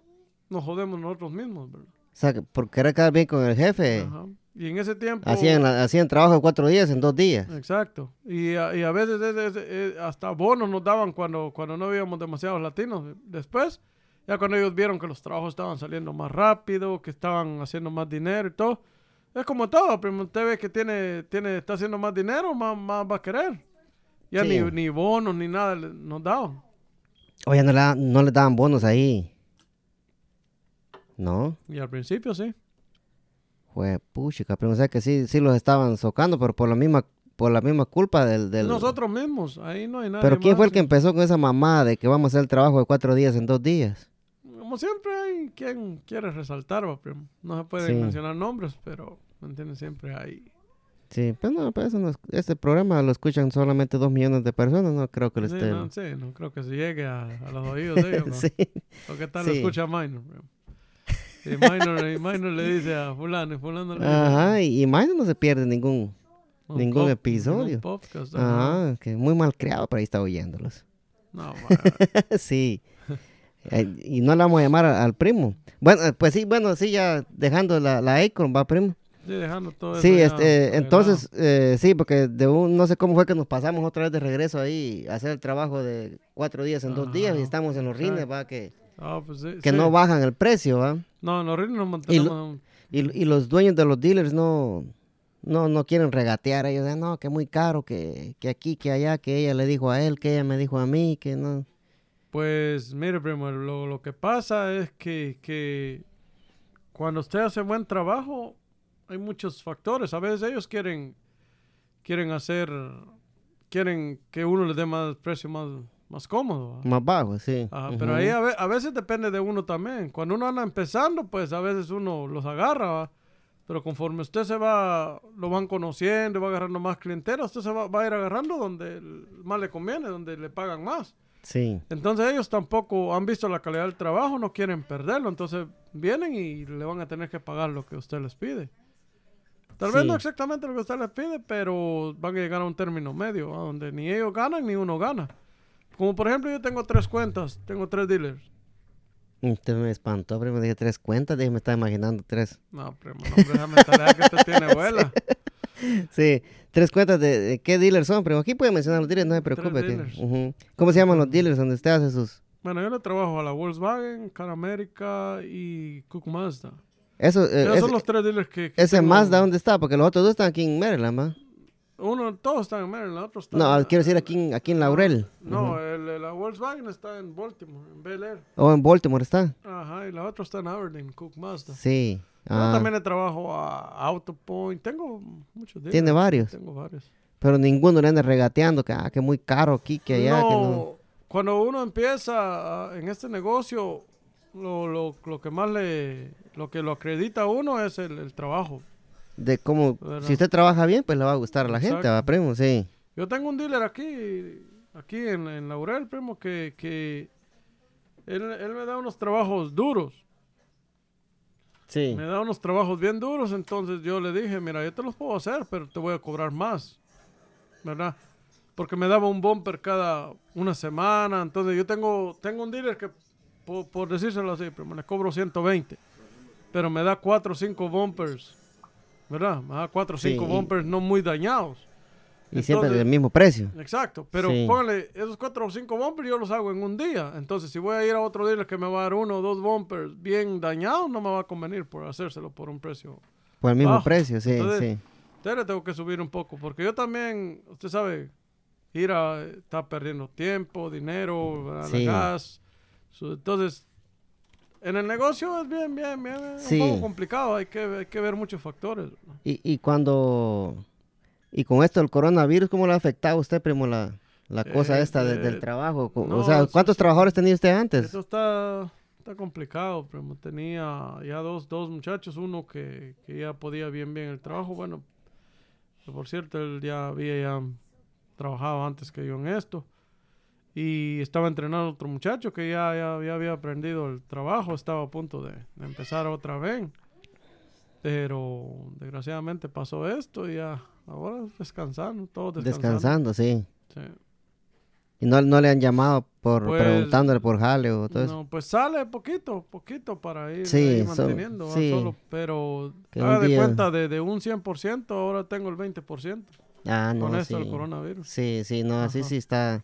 Speaker 2: nos jodemos nosotros mismos, ¿verdad?
Speaker 1: O sea, que por querer quedar bien con el jefe,
Speaker 2: Ajá. Y en ese tiempo...
Speaker 1: hacían, la- hacían trabajo de cuatro días en dos días.
Speaker 2: Exacto. Y a, y a veces es- es- es- hasta bonos nos daban cuando, cuando no habíamos demasiados latinos. Después, ya cuando ellos vieron que los trabajos estaban saliendo más rápido, que estaban haciendo más dinero y todo. Es como todo, primo. Usted ve que tiene, tiene, está haciendo más dinero, más, más va a querer. Ya
Speaker 1: Sí.
Speaker 2: ni, ni bonos ni nada le- nos daban.
Speaker 1: Oye, no, le da- no les daban bonos ahí. No,
Speaker 2: Y al principio sí.
Speaker 1: fue puchica, primo. O sea que sí, sí los estaban socando, pero por la misma, por la misma culpa del. del...
Speaker 2: Nosotros mismos, ahí no hay nada.
Speaker 1: Pero ¿quién fue el que empezó con esa mamada de que vamos a hacer el trabajo de cuatro días en dos días?
Speaker 2: Como siempre hay quien quiere resaltar, va, primo. No se pueden
Speaker 1: Sí.
Speaker 2: mencionar nombres, pero, ¿me entiendes? Siempre hay...
Speaker 1: Sí, pero no, pero eso no es- este programa lo escuchan solamente dos millones de personas, no creo que lo
Speaker 2: Sí,
Speaker 1: estén.
Speaker 2: no, sí, no creo que se llegue a, a los oídos de ellos. ¿no?
Speaker 1: Sí,
Speaker 2: ¿O qué tal
Speaker 1: sí.
Speaker 2: lo escucha Minor? bro? Y Minor, y Minor le dice a fulano, y fulano le dice...
Speaker 1: Ajá, y, y más no se pierde ningún.
Speaker 2: un
Speaker 1: ningún
Speaker 2: pop-
Speaker 1: episodio.
Speaker 2: ningún podcast, ajá.
Speaker 1: Ajá, que muy mal creado, pero ahí está oyéndolos.
Speaker 2: No, va,
Speaker 1: sí. Eh, Y no le vamos a llamar a- al primo. Bueno, eh, pues sí, bueno, sí, ya dejando la, la Acorn, va, primo.
Speaker 2: sí, dejando todo eso
Speaker 1: Sí,
Speaker 2: ya
Speaker 1: este,
Speaker 2: arreglado.
Speaker 1: entonces, eh, sí, porque de un, no sé cómo fue que nos pasamos otra vez de regreso ahí a hacer el trabajo de cuatro días en dos días y
Speaker 2: Ajá,
Speaker 1: estamos en los rines,
Speaker 2: exacto.
Speaker 1: va, que,
Speaker 2: Ah, pues sí,
Speaker 1: que
Speaker 2: sí.
Speaker 1: no bajan el precio, va.
Speaker 2: No, en los rines nos mantenemos... en-
Speaker 1: Y, y los dueños de los dealers no, no, no quieren regatear. Ellos dicen, no, que muy caro, que, que aquí, que allá, que ella le dijo a él, que ella me dijo a mí, que no.
Speaker 2: Pues mire, primo, lo, lo que pasa es que, que cuando usted hace buen trabajo, hay muchos factores. A veces ellos quieren, quieren hacer, quieren que uno les dé más precio más, más cómodo. ¿va?
Speaker 1: Más bajo, sí.
Speaker 2: Ajá,
Speaker 1: Ujú.
Speaker 2: Pero ahí a, ve- a veces depende de uno también. Cuando uno anda empezando, pues a veces uno los agarra. ¿va? Pero conforme usted se va, lo van conociendo, va agarrando más clientela, usted se va, va a ir agarrando donde más le conviene, donde le pagan más.
Speaker 1: Sí.
Speaker 2: Entonces ellos tampoco han visto la calidad del trabajo, no quieren perderlo, entonces vienen y le van a tener que pagar lo que usted les pide. Tal vez
Speaker 1: Sí.
Speaker 2: no exactamente lo que usted les pide, pero van a llegar a un término medio, a donde ni ellos ganan ni uno gana. Como por ejemplo yo tengo tres cuentas, tengo tres dealers.
Speaker 1: Usted me espantó, primo. Dije tres cuentas, dije, me estaba imaginando tres.
Speaker 2: No, primo, no, hombre, déjame tarea que usted tiene abuela.
Speaker 1: Sí, tres cuentas de, de qué dealers son, primo. Aquí puede mencionar los dealers, no se
Speaker 2: Tres
Speaker 1: preocupe. que-
Speaker 2: dealers.
Speaker 1: ujú. ¿Cómo se llaman los dealers donde usted hace sus.
Speaker 2: Bueno, yo le trabajo a la Volkswagen, Car America y Cook Mazda.
Speaker 1: Eso, eh,
Speaker 2: Esos
Speaker 1: ese,
Speaker 2: son los tres dealers que... que
Speaker 1: ese
Speaker 2: tengo.
Speaker 1: Mazda, ¿dónde está? Porque los otros dos están aquí en Maryland, ¿va?
Speaker 2: Uno, todos están en Maryland, otros están...
Speaker 1: No, quiero decir aquí, en- aquí en Laurel.
Speaker 2: No, el- la Volkswagen está en Baltimore, en Bel Air.
Speaker 1: O en Baltimore está.
Speaker 2: Ajá, y la otra está en Aberdeen, Cook Mazda.
Speaker 1: Sí.
Speaker 2: Yo
Speaker 1: ah,
Speaker 2: también le trabajo a AutoPoint. Tengo muchos de
Speaker 1: tiene varios.
Speaker 2: Tengo varios.
Speaker 1: Pero ninguno le anda regateando que, ah, que muy caro aquí, que allá,
Speaker 2: no,
Speaker 1: que no.
Speaker 2: cuando uno empieza a- en este negocio, lo, lo- lo que más le, lo que lo acredita a uno es el, el trabajo.
Speaker 1: De cómo,
Speaker 2: ¿Verdad?
Speaker 1: si usted trabaja bien, pues le va a gustar a la gente,
Speaker 2: Exacto.
Speaker 1: va, primo, sí.
Speaker 2: Yo tengo un dealer aquí, aquí en, en Laurel, primo, que, que él, él me da unos trabajos duros.
Speaker 1: Sí.
Speaker 2: Me da unos trabajos bien duros, entonces yo le dije, mira, yo te los puedo hacer, pero te voy a cobrar más, ¿verdad? Porque me daba un bumper cada una semana, entonces yo tengo, tengo un dealer que, po- por, decírselo así, pero le cobro 120, pero me da 4 o 5 bumpers, ¿verdad? Me da 4 o
Speaker 1: Sí,
Speaker 2: 5
Speaker 1: y-
Speaker 2: bumpers no muy dañados.
Speaker 1: Y siempre
Speaker 2: Entonces-
Speaker 1: del mismo precio.
Speaker 2: Exacto, pero
Speaker 1: Sí.
Speaker 2: póngale esos cuatro o cinco bumpers, yo los hago en un día. Entonces, si voy a ir a otro dealer que me va a dar uno o dos bumpers bien dañados, no me va a convenir por hacérselo por un precio.
Speaker 1: Por el mismo
Speaker 2: Bajo.
Speaker 1: precio, sí,
Speaker 2: Ah, Entonces-
Speaker 1: sí.
Speaker 2: Usted le tengo que subir un poco, porque yo también, usted sabe, ir a estar perdiendo tiempo, dinero, ¿verdad?
Speaker 1: Sí.
Speaker 2: gas. Su- entonces, en el negocio es bien, bien, bien, bien,
Speaker 1: Sí.
Speaker 2: un poco complicado, hay que, hay que ver muchos factores. ¿no?
Speaker 1: Y, y cuando... Y con esto del coronavirus, ¿cómo le ha afectado a usted, primo, la, la cosa
Speaker 2: Eh,
Speaker 1: esta de-
Speaker 2: eh,
Speaker 1: del trabajo? Co-
Speaker 2: no,
Speaker 1: o sea,
Speaker 2: eso
Speaker 1: ¿cuántos
Speaker 2: sí.
Speaker 1: trabajadores tenía usted antes?
Speaker 2: Eso está, está complicado, primo. Tenía ya dos, dos muchachos, uno que, que ya podía bien bien el trabajo. Bueno, por cierto, él ya había ya trabajado antes que yo en esto. Y estaba entrenando a otro muchacho que ya, ya, ya había aprendido el trabajo, estaba a punto de, de empezar otra vez. Pero desgraciadamente pasó esto y ya ahora descansando, todos descansando.
Speaker 1: Descansando, sí.
Speaker 2: Sí.
Speaker 1: Y no, no le han llamado por
Speaker 2: Pues,
Speaker 1: preguntándole por jale o todo eso.
Speaker 2: No, pues sale poquito, poquito para ir
Speaker 1: Sí,
Speaker 2: ahí
Speaker 1: so-
Speaker 2: manteniendo, ¿va?
Speaker 1: sí.
Speaker 2: solo, pero
Speaker 1: Que
Speaker 2: haga
Speaker 1: un
Speaker 2: de
Speaker 1: día-
Speaker 2: cuenta de, de un 100%, ahora tengo el 20%
Speaker 1: Ah, no,
Speaker 2: con esto
Speaker 1: sí.
Speaker 2: del coronavirus.
Speaker 1: Sí, sí, no, así
Speaker 2: Ajá.
Speaker 1: sí está,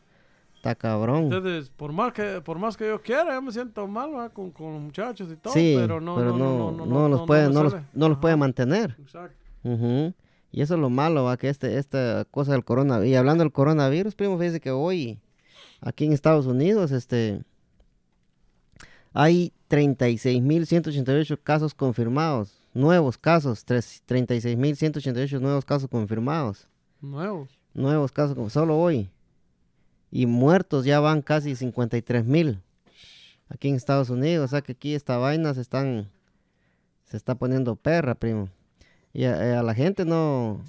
Speaker 1: está cabrón.
Speaker 2: Entonces, por más que por más que yo quiera, yo me siento mal ¿va? con, con los muchachos y todo,
Speaker 1: sí,
Speaker 2: pero no, no, no, no, no,
Speaker 1: los
Speaker 2: no,
Speaker 1: puede,
Speaker 2: me
Speaker 1: no los,
Speaker 2: sale.
Speaker 1: no los puede
Speaker 2: Ajá,
Speaker 1: mantener.
Speaker 2: Exacto.
Speaker 1: Ujú. Y eso es lo malo, va, que este, esta cosa del coronavirus. Y hablando del coronavirus, primo, fíjese que hoy, aquí en Estados Unidos, este, hay 36.188 casos confirmados, nuevos casos, tres- 36.188 nuevos casos confirmados,
Speaker 2: Nuevos.
Speaker 1: nuevos casos, con- solo hoy. Y muertos ya van casi 53.000 aquí en Estados Unidos, o sea que aquí esta vaina se están, se está poniendo perra, primo. Y a, a la gente no,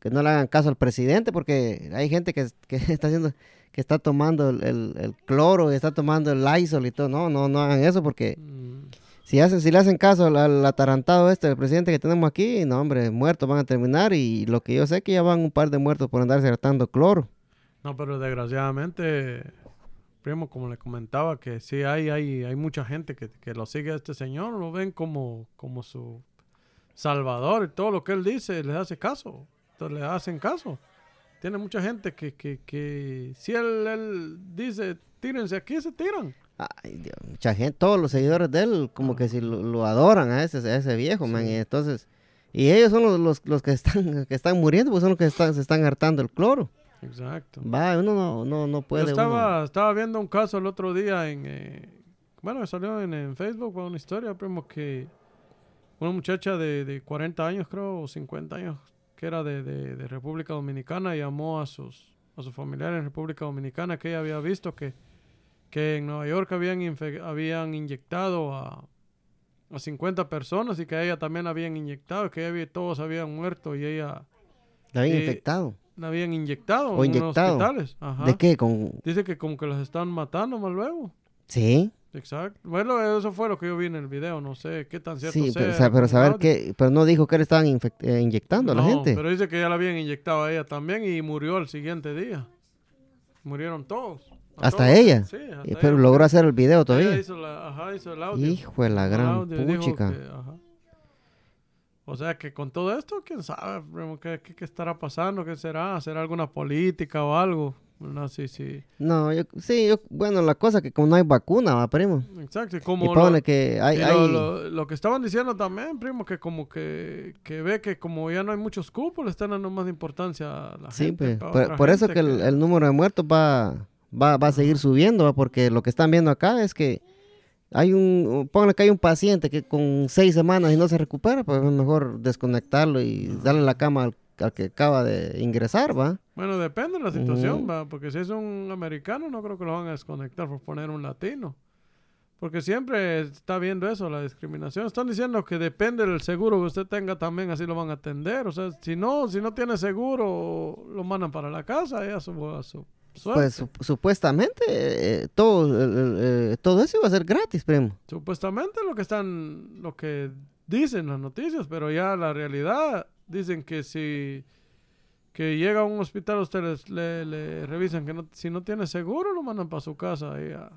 Speaker 1: que no le hagan caso al presidente, porque hay gente que, que está haciendo, que está tomando el, el- el cloro, y está tomando el Lysol y todo. No, no, no hagan eso, porque
Speaker 2: Mm,
Speaker 1: si hacen, si le hacen caso al, al atarantado este, el presidente que tenemos aquí, no hombre, muertos van a terminar, y lo que yo sé que ya van un par de muertos por andarse hartando cloro.
Speaker 2: No, pero desgraciadamente, primo, como le comentaba, que sí hay, hay, hay mucha gente que, que lo sigue a este señor, lo ven como, como su salvador y todo lo que él dice, le hace caso, entonces le hacen caso. Tiene mucha gente que, que, que si él, él dice, tírense aquí, se tiran.
Speaker 1: Ay, Dios, mucha gente, todos los seguidores de él como que si lo, lo adoran a ese, a ese viejo, man, y entonces, y ellos son los, los- los que están, que están muriendo, pues son los que están, se están hartando el cloro.
Speaker 2: Exacto.
Speaker 1: Va, uno no, no, no puede.
Speaker 2: Yo
Speaker 1: uno-
Speaker 2: estaba, estaba viendo un caso el otro día en... eh, bueno, salió en, en Facebook una historia, primo, que una muchacha de, de 40 años, creo, o 50 años, que era de, de- de República Dominicana, llamó a sus, a sus familiares en República Dominicana que ella había visto que, que en Nueva York habían, infe- habían inyectado a, a 50 personas y que a ella también la habían inyectado, que ella había- todos habían muerto y ella
Speaker 1: la habían
Speaker 2: eh,
Speaker 1: infectado.
Speaker 2: la habían inyectado
Speaker 1: O
Speaker 2: en unos
Speaker 1: inyectado.
Speaker 2: hospitales. Ajá.
Speaker 1: ¿De qué? Con...
Speaker 2: Dice que como que los están matando más luego.
Speaker 1: Sí,
Speaker 2: Exacto. Bueno, eso fue lo que yo vi en el video. No sé qué tan cierto
Speaker 1: sí,
Speaker 2: sea. pues,
Speaker 1: pero,
Speaker 2: eh,
Speaker 1: o sea, pero
Speaker 2: el
Speaker 1: saber
Speaker 2: audio.
Speaker 1: que, pero no dijo que le estaban infect- eh, inyectando a la
Speaker 2: No,
Speaker 1: gente.
Speaker 2: pero dice que ya la habían inyectado a ella también y murió al siguiente día. Murieron todos. A
Speaker 1: Hasta
Speaker 2: todos.
Speaker 1: ella.
Speaker 2: Sí, hasta
Speaker 1: Eh,
Speaker 2: ella,
Speaker 1: Pero
Speaker 2: porque
Speaker 1: logró hacer el video
Speaker 2: ella
Speaker 1: todavía.
Speaker 2: hizo la- ajá, hizo el audio.
Speaker 1: Hijo de la
Speaker 2: El
Speaker 1: gran
Speaker 2: audio y dijo
Speaker 1: puchica.
Speaker 2: que- ajá. O sea que con todo esto, quién sabe, primo, qué, qué- qué estará pasando, qué será, será alguna política o algo. No, sí, sí.
Speaker 1: No, yo, sí, yo, bueno, la cosa que como no hay vacuna, va, primo.
Speaker 2: Exacto. Y
Speaker 1: Y
Speaker 2: como lo-
Speaker 1: póngale que hay,
Speaker 2: Y
Speaker 1: hay-
Speaker 2: lo, lo- lo que estaban diciendo también, primo, que como que, que ve que como ya no hay muchos cupos, le están dando más importancia a la
Speaker 1: Sí,
Speaker 2: gente.
Speaker 1: pues,
Speaker 2: pa'
Speaker 1: por,
Speaker 2: otra
Speaker 1: por eso
Speaker 2: gente
Speaker 1: que el, eh, el número de muertos va, va, va a seguir subiendo, ¿va? porque lo que están viendo acá es que hay un, pónganle que hay un paciente que con seis semanas y no se recupera, pues es mejor desconectarlo y darle la cama al al que acaba de ingresar, ¿va?
Speaker 2: Bueno, depende de la situación,
Speaker 1: Ujú.
Speaker 2: va, porque si es un americano no creo que lo van a desconectar por poner un latino. Porque siempre está viendo eso, la discriminación. Están diciendo que depende del seguro que usted tenga también, así lo van a atender. O sea, si no, si no tiene seguro, lo mandan para la casa, ya su, a su suerte.
Speaker 1: Pues sup- supuestamente eh, todo, eh, eh, todo eso iba a ser gratis, primo.
Speaker 2: Supuestamente lo que están, lo que dicen las noticias, pero ya la realidad dicen que si que llega a un hospital ustedes le, le revisan que no, si no tiene seguro lo mandan para su casa ahí a,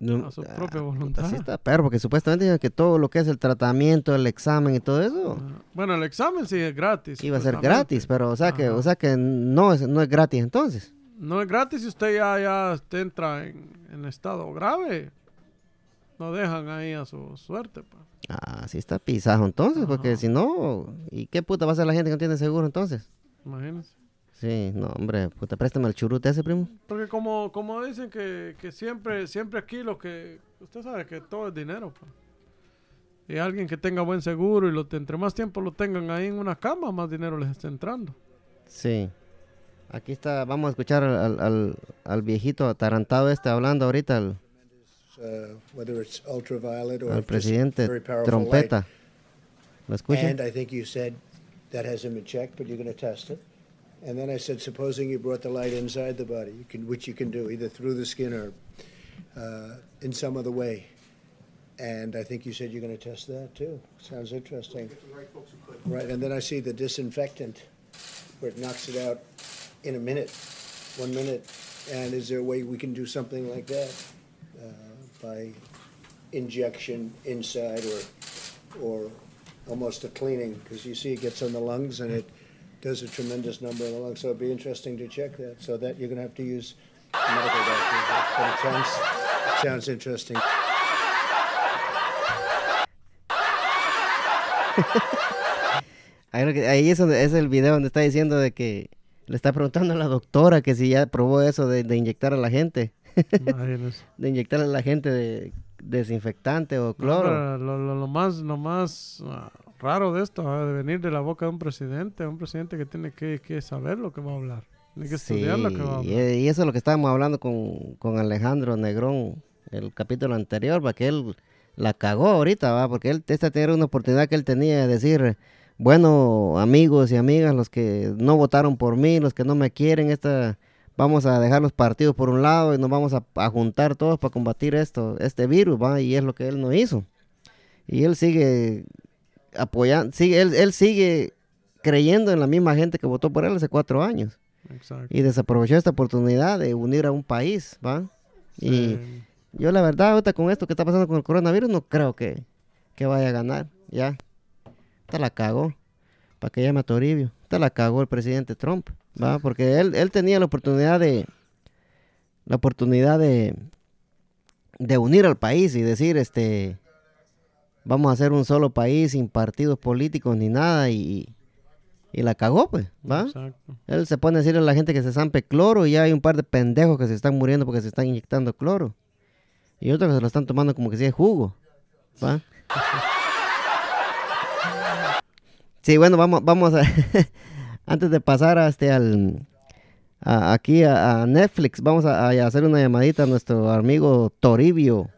Speaker 1: No,
Speaker 2: a su
Speaker 1: ah, puta,
Speaker 2: propia voluntad.
Speaker 1: sí está perro, porque supuestamente dijeron que todo lo que es el tratamiento, el examen y todo eso
Speaker 2: Ah, Bueno, el examen sí es gratis.
Speaker 1: iba a ser
Speaker 2: supuestamente.
Speaker 1: gratis, pero o sea que,
Speaker 2: Ajá.
Speaker 1: o sea que no es, no es gratis entonces.
Speaker 2: No es gratis si usted ya, ya usted entra en, en estado grave. No dejan ahí a su suerte. pues, pa.
Speaker 1: Ah, sí está pisajo entonces, porque
Speaker 2: Ajá.
Speaker 1: si no, ¿y qué puta va a ser la gente que no tiene seguro entonces?
Speaker 2: Imagínense.
Speaker 1: Sí, no, hombre, puta, préstame el churute ese, primo.
Speaker 2: Porque como, como dicen que, que siempre, siempre aquí lo que... Usted sabe que todo es dinero. pa. Y alguien que tenga buen seguro y lo, te- entre más tiempo lo tengan ahí en una cama, más dinero les está entrando.
Speaker 1: Sí. Aquí está, vamos a escuchar al, al- al- al viejito atarantado este hablando ahorita, al,
Speaker 3: uh, whether it's ultraviolet or
Speaker 1: al
Speaker 3: just
Speaker 1: presidente
Speaker 3: very powerful
Speaker 1: trompeta. ¿Lo
Speaker 3: light.
Speaker 1: escuchan?
Speaker 3: And I think you said that has him in check, but you're going to test it. And then I said, supposing you brought the light inside the body, you can, which you can do either through the skin or uh, in some other way. And I think you said you're going to test that too. Sounds interesting. Right, and then I see the disinfectant where it knocks it out in a minute, one minute. And is there a way we can do something like that uh, by injection inside or, or almost a cleaning? Because you see it gets on the lungs and it does a tremendous number on the lungs. So it'd be interesting to check that. So that you're going to have to use a medical doctor. But it sounds, it sounds interesting.
Speaker 1: Ahí, lo Ah, que- ahí es, donde, es el video donde está diciendo de que le está preguntando a la doctora que si ya probó eso de, de inyectar a la gente,
Speaker 2: Imagínense.
Speaker 1: de inyectar a la gente de desinfectante o
Speaker 2: No,
Speaker 1: cloro.
Speaker 2: pero Lo, lo- lo más, lo más ah, raro de esto, ah, de venir de la boca de un presidente, un presidente que tiene que, que saber lo que va a hablar. Tiene que estudiar lo que va a
Speaker 1: Sí,
Speaker 2: hablar.
Speaker 1: eh, y eso es lo que estábamos hablando con, con Alejandro Negrón el capítulo anterior, va que él la cagó ahorita, va, porque él esta era una oportunidad que él tenía de decir, bueno, amigos y amigas, los que no votaron por mí, los que no me quieren, esta vamos a dejar los partidos por un lado y nos vamos a, a juntar todos para combatir esto, este virus, va, y es lo que él no hizo. Y él sigue apoyando, sigue, él, él sigue creyendo en la misma gente que votó por él hace cuatro años
Speaker 2: Exacto.
Speaker 1: y desaprovechó esta oportunidad de unir a un país, ¿va? Y
Speaker 2: Sí.
Speaker 1: yo la verdad, ahorita con esto que está pasando con el coronavirus, no creo que, que vaya a ganar, ya. Te la cagó, para que llame a Toribio. Te la cagó el presidente Trump, ¿va? Porque él, él tenía la oportunidad de... La oportunidad de... De unir al país y decir, este... Vamos a hacer un solo país sin partidos políticos ni nada y... Y la cagó, pues, ¿va?
Speaker 2: Exacto.
Speaker 1: Él se pone a decirle a la gente que se zampe cloro y ya hay un par de pendejos que se están muriendo porque se están inyectando cloro. Y otros que se lo están tomando como que si es jugo. ¿va? sí, bueno, vamos, vamos a... Antes de pasar a este al... a- aquí a, a Netflix, vamos a, a hacer una llamadita a nuestro amigo Toribio.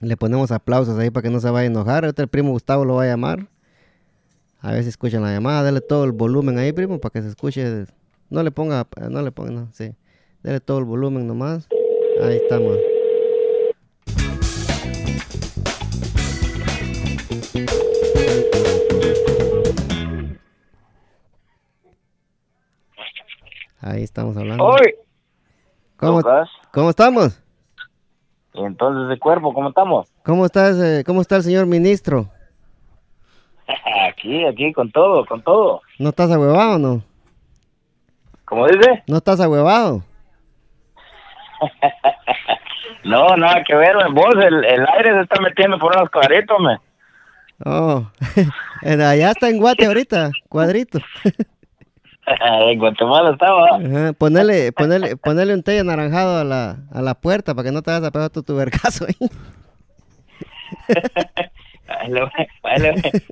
Speaker 1: Le ponemos aplausos ahí para que no se vaya a enojar. Ahorita el primo Gustavo lo va a llamar. A ver si escuchan la llamada, dale todo el volumen ahí, primo, para que se escuche. No le ponga, no le ponga, no, sí. Dale todo el volumen nomás. Ahí estamos. Ahí estamos hablando.
Speaker 4: Hoy.
Speaker 1: ¿Cómo, cómo estamos?
Speaker 4: Entonces, de cuerpo, ¿cómo estamos?
Speaker 1: ¿Cómo estás, eh, ¿Cómo está el señor ministro?
Speaker 4: Aquí, aquí, con todo, con todo.
Speaker 1: ¿No estás ahuevado o no?
Speaker 4: ¿Cómo dice?
Speaker 1: ¿No estás ahuevado?
Speaker 4: No, nada que ver, me. vos, el, el aire se está metiendo por unos cuadritos, me.
Speaker 1: Oh, en- allá está en Guate ahorita, cuadrito.
Speaker 4: en Guatemala estaba.
Speaker 1: Ajá, Ponele, ponele, ponele un té anaranjado a la, a la puerta para que no te vayas a pegar tu tubercazo ahí.
Speaker 4: Ahí le, ahí le,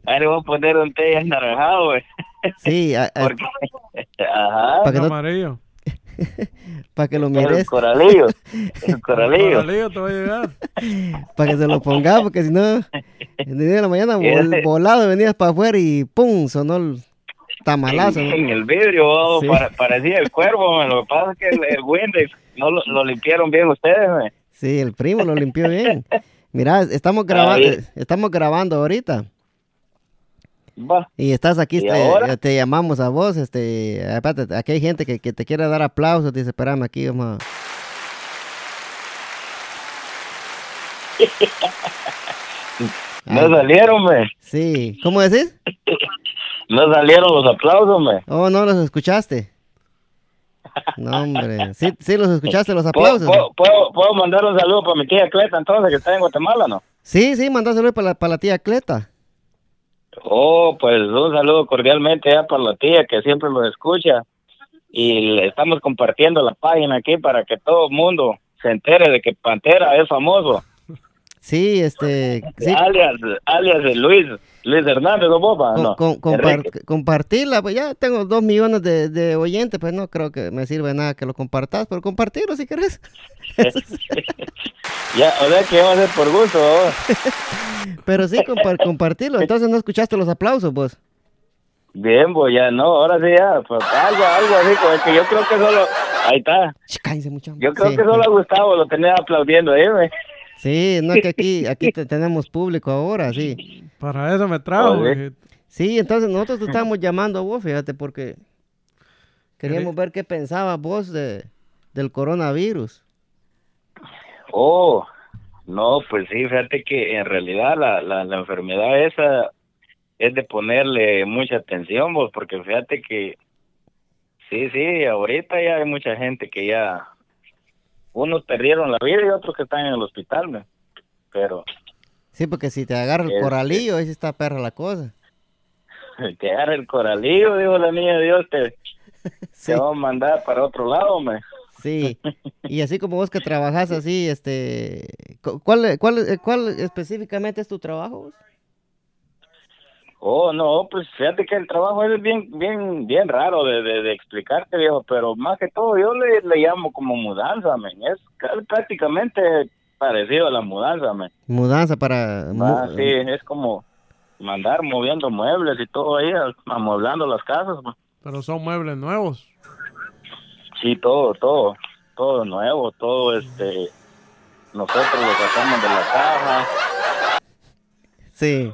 Speaker 4: ahí le voy a poner un té anaranjado, güey.
Speaker 1: Eh, Sí, a- a-
Speaker 4: Porque, ajá,
Speaker 1: para que, no-
Speaker 2: amarillo.
Speaker 1: para que lo
Speaker 4: el
Speaker 1: mires,
Speaker 4: coralillo, el coralillo.
Speaker 2: Coralillo te va a llegar.
Speaker 1: para que se lo ponga, porque si no, en el día de la mañana vol- volado venías para afuera y pum, sonó el tamalazo. ¿no?
Speaker 4: En el vidrio, oh,
Speaker 1: Sí.
Speaker 4: para- parecía el cuervo, man. lo que pasa es que el, el Windex no lo, lo limpiaron bien ustedes. man.
Speaker 1: Sí, el primo lo limpió bien. Mirá, estamos
Speaker 4: Ahí.
Speaker 1: grabando, estamos grabando ahorita.
Speaker 4: Va.
Speaker 1: Y estás aquí,
Speaker 4: ¿Y
Speaker 1: te,
Speaker 4: ahora?
Speaker 1: te llamamos a vos, este, espérate, aquí hay gente que, que te quiere dar aplausos, dice, espérame aquí, vamos a-
Speaker 4: No salieron, man.
Speaker 1: Sí, ¿cómo decís?
Speaker 4: no salieron los aplausos. man.
Speaker 1: Oh, no los escuchaste. No, hombre, sí, sí los escuchaste, los
Speaker 4: ¿Puedo,
Speaker 1: aplausos.
Speaker 4: puedo, puedo- puedo mandar un saludo para mi tía Cleta entonces que está en Guatemala, ¿no?
Speaker 1: Sí, sí, mandáselo para la, para la tía Cleta.
Speaker 4: Oh, pues un saludo cordialmente ya para la tía que siempre los escucha y le estamos compartiendo la página aquí para que todo el mundo se entere de que Pantera es famoso.
Speaker 1: Sí, este, sí,
Speaker 4: Alias, alias de Luis, Luis Hernández, ¿no, Boba?
Speaker 1: con-
Speaker 4: Ah, No,
Speaker 1: con- compar-
Speaker 4: Enrique.
Speaker 1: compartirla, pues ya tengo dos millones de, de oyentes, pues no creo que me sirve nada que lo compartas, pero compartirlo si querés.
Speaker 4: Ya, o sea que va a ser por gusto. ¿no?
Speaker 1: Pero sí, compar- compartirlo. Entonces no escuchaste los aplausos, vos.
Speaker 4: Bien, pues ya no, ahora sí ya, pues, algo, algo así, pues, que yo creo que solo, ahí está,
Speaker 1: Ch, Cállense mucho.
Speaker 4: yo creo
Speaker 1: sí,
Speaker 4: que solo a Gustavo lo tenía aplaudiendo, ¿eh? güey?
Speaker 1: Sí, no, que aquí, aquí te- tenemos público ahora, sí.
Speaker 2: Para eso me trajo.
Speaker 4: Joder.
Speaker 2: güey.
Speaker 1: Sí, entonces nosotros te estábamos llamando a vos, fíjate, porque queríamos ver qué pensabas vos de, del coronavirus.
Speaker 4: Oh, no, pues sí, fíjate que en realidad la, la, la enfermedad esa es de ponerle mucha atención, vos, porque fíjate que, sí, sí, ahorita ya hay mucha gente que ya, unos perdieron la vida y otros que están en el hospital, ¿no? pero
Speaker 1: Sí, porque si te agarra el
Speaker 4: Este.
Speaker 1: coralillo, ahí sí está perra la cosa.
Speaker 4: te agarra el coralillo, dijo la niña de Dios, te,
Speaker 1: Sí,
Speaker 4: te va a mandar para otro lado, me.
Speaker 1: sí. Y así como vos que trabajás así, este, cu- ¿cuál, cuál, eh, cuál específicamente es tu trabajo? vos?
Speaker 4: Oh, no, pues fíjate que el trabajo es bien, bien, bien raro de, de, de explicarte, viejo, pero más que todo yo le, le llamo como mudanza, men. Es ca- prácticamente parecido a la mudanza, men.
Speaker 1: Mudanza para... mu-
Speaker 4: Ah, sí, es como mandar moviendo muebles y todo ahí, a- amueblando las casas, man.
Speaker 2: Pero son muebles nuevos.
Speaker 4: Sí, todo, todo, todo nuevo, todo este... Nosotros lo sacamos de la caja.
Speaker 1: sí.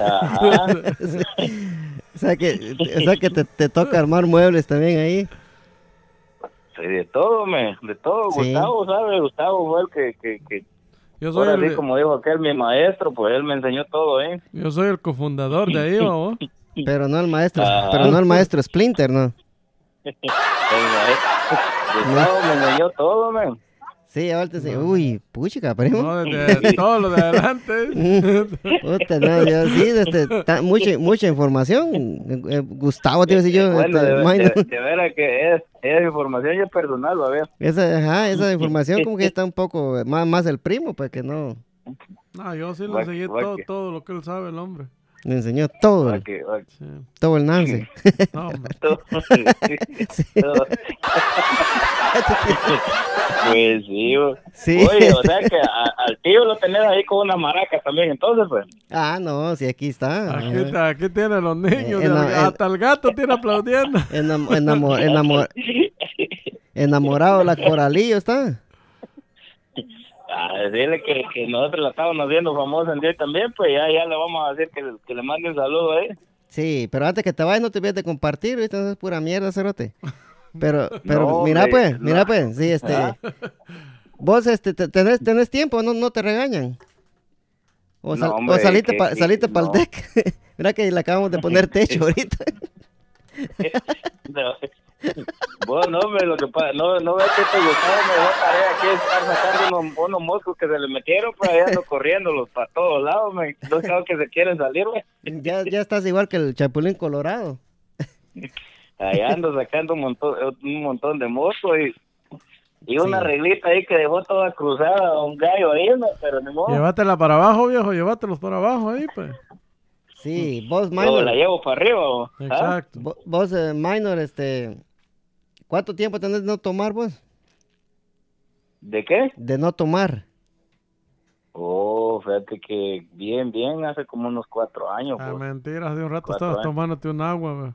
Speaker 4: Ajá.
Speaker 1: O sea que, o sea que te, te toca armar muebles también ahí.
Speaker 4: Sí, de todo, me, de todo.
Speaker 1: Sí.
Speaker 4: Gustavo, ¿sabe? Gustavo fue el que, que, que
Speaker 2: Yo soy,
Speaker 4: ahora sí,
Speaker 2: el,
Speaker 4: como dijo aquel, mi maestro, pues él me enseñó todo, ¿eh?
Speaker 2: yo soy el cofundador de ahí, ¿va, vos?
Speaker 1: ¿Eh? Pero no el maestro,
Speaker 4: Ah.
Speaker 1: pero no el maestro Splinter, ¿no?
Speaker 4: El maestro. Gustavo me enseñó todo, men.
Speaker 1: Sí, ahora te enseño. Uy, puchica, primo.
Speaker 2: No, desde todo lo de
Speaker 1: Uh.
Speaker 2: adelante.
Speaker 1: Puta, no, yo sí, este, ta- mucha, mucha información. Eh, Gustavo, te iba a decir yo.
Speaker 4: Bueno,
Speaker 1: este,
Speaker 4: de,
Speaker 1: mine-
Speaker 4: de- de veras que es, es información ya personal, a ver.
Speaker 1: esa, ajá, esa información como que está un poco eh, más, más el primo, pues que no
Speaker 2: No, yo sí le
Speaker 4: Va-
Speaker 2: enseñé
Speaker 4: va
Speaker 2: todo,
Speaker 4: que-
Speaker 2: todo lo que él sabe, el hombre.
Speaker 1: le enseñó todo, el-
Speaker 4: Aquí, aquí.
Speaker 2: Sí.
Speaker 1: todo el Nance.
Speaker 2: No, hombre.
Speaker 4: Todo. pues sí, bo.
Speaker 1: Sí.
Speaker 4: Oye, o sea que a- al tío lo tenés ahí con una maraca también, entonces, pues.
Speaker 1: Ah, no, sí, aquí está.
Speaker 2: Aquí,
Speaker 1: Ajá.
Speaker 2: está- aquí tiene los niños.
Speaker 1: Ah. Eh, en la-
Speaker 2: de-
Speaker 1: en-
Speaker 2: hasta el gato tiene aplaudiendo.
Speaker 1: Enam- enamo- enamo- enamorado de la coralillo está.
Speaker 4: A decirle que, que nosotros la estábamos haciendo famosa en día también, pues ya, ya le vamos a decir que, que le mande un saludo, ¿eh?
Speaker 1: Sí, pero antes que te vayas no te olvides de compartir, ¿viste? Eso es pura mierda, cerote. Pero, pero,
Speaker 4: No,
Speaker 1: mira
Speaker 4: hombre,
Speaker 1: pues,
Speaker 4: no.
Speaker 1: mira pues, sí, este...
Speaker 4: Ah.
Speaker 1: Vos, este, te- tenés, tenés tiempo, no, no te regañan. O,
Speaker 4: No,
Speaker 1: sal- o
Speaker 4: hombre,
Speaker 1: saliste
Speaker 4: que-
Speaker 1: para
Speaker 4: que-
Speaker 1: saliste pa'l
Speaker 4: no.
Speaker 1: TEC. mira que le acabamos de poner techo ahorita.
Speaker 4: No. Vos no, hombre, lo que pasa, no, no ves que te gustaba, me dejó tarea aquí estar sacando unos, unos moscos que se le metieron, pues allá ando corriéndolos para todos lados, me, no creo que se quieren salir, güey.
Speaker 1: ya, ya estás igual que el chapulín colorado.
Speaker 4: Allá ando sacando un montón, un montón de moscos y Y una
Speaker 1: Sí.
Speaker 4: reglita ahí que dejó toda cruzada, un gallo ahí, ¿no? pero ni modo.
Speaker 2: Llévatela para abajo, viejo, llévatelos para abajo ahí, pues.
Speaker 4: Ah.
Speaker 1: Sí, vos,
Speaker 4: Yo la
Speaker 1: Minor,
Speaker 4: llevo para arriba. ¿o? ¿Ah?
Speaker 2: Exacto.
Speaker 1: vo- vos, eh, Minor, este, ¿cuánto tiempo tenés de no tomar vos?
Speaker 4: ¿De qué?
Speaker 1: De no tomar.
Speaker 4: Oh, fíjate que bien, bien, hace como unos cuatro años.
Speaker 2: Ah,
Speaker 4: pues.
Speaker 2: mentiras, de un rato
Speaker 4: Cuatro
Speaker 2: estabas
Speaker 4: años.
Speaker 2: tomándote un agua, güey.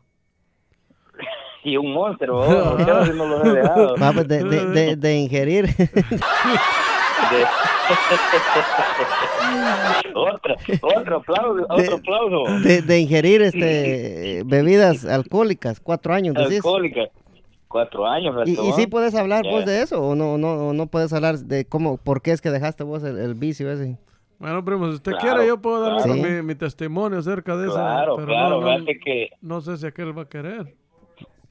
Speaker 4: Y un monstruo, ¿o? ¿Qué hago si no lo he dejado?
Speaker 1: Va, pues, de, de- de- de ingerir.
Speaker 4: otro, otro aplauso, otro aplauso.
Speaker 1: De, de ingerir este bebidas alcohólicas, cuatro años, decís.
Speaker 4: Alcohólica. Cuatro años,
Speaker 1: ¿Y,
Speaker 4: Beto,
Speaker 1: y sí
Speaker 4: ¿ah?
Speaker 1: puedes hablar vos
Speaker 4: Ya.
Speaker 1: de eso o no, o no, o no puedes hablar de cómo, por qué es que dejaste vos el, el vicio ese?
Speaker 2: Bueno, primo, si usted
Speaker 4: Claro,
Speaker 2: quiere, yo puedo darle
Speaker 1: claro.
Speaker 2: mi- mi, testimonio acerca de eso.
Speaker 4: Claro,
Speaker 2: Pero
Speaker 4: claro,
Speaker 2: no, no,
Speaker 4: fíjate que
Speaker 2: no sé si aquel va a querer.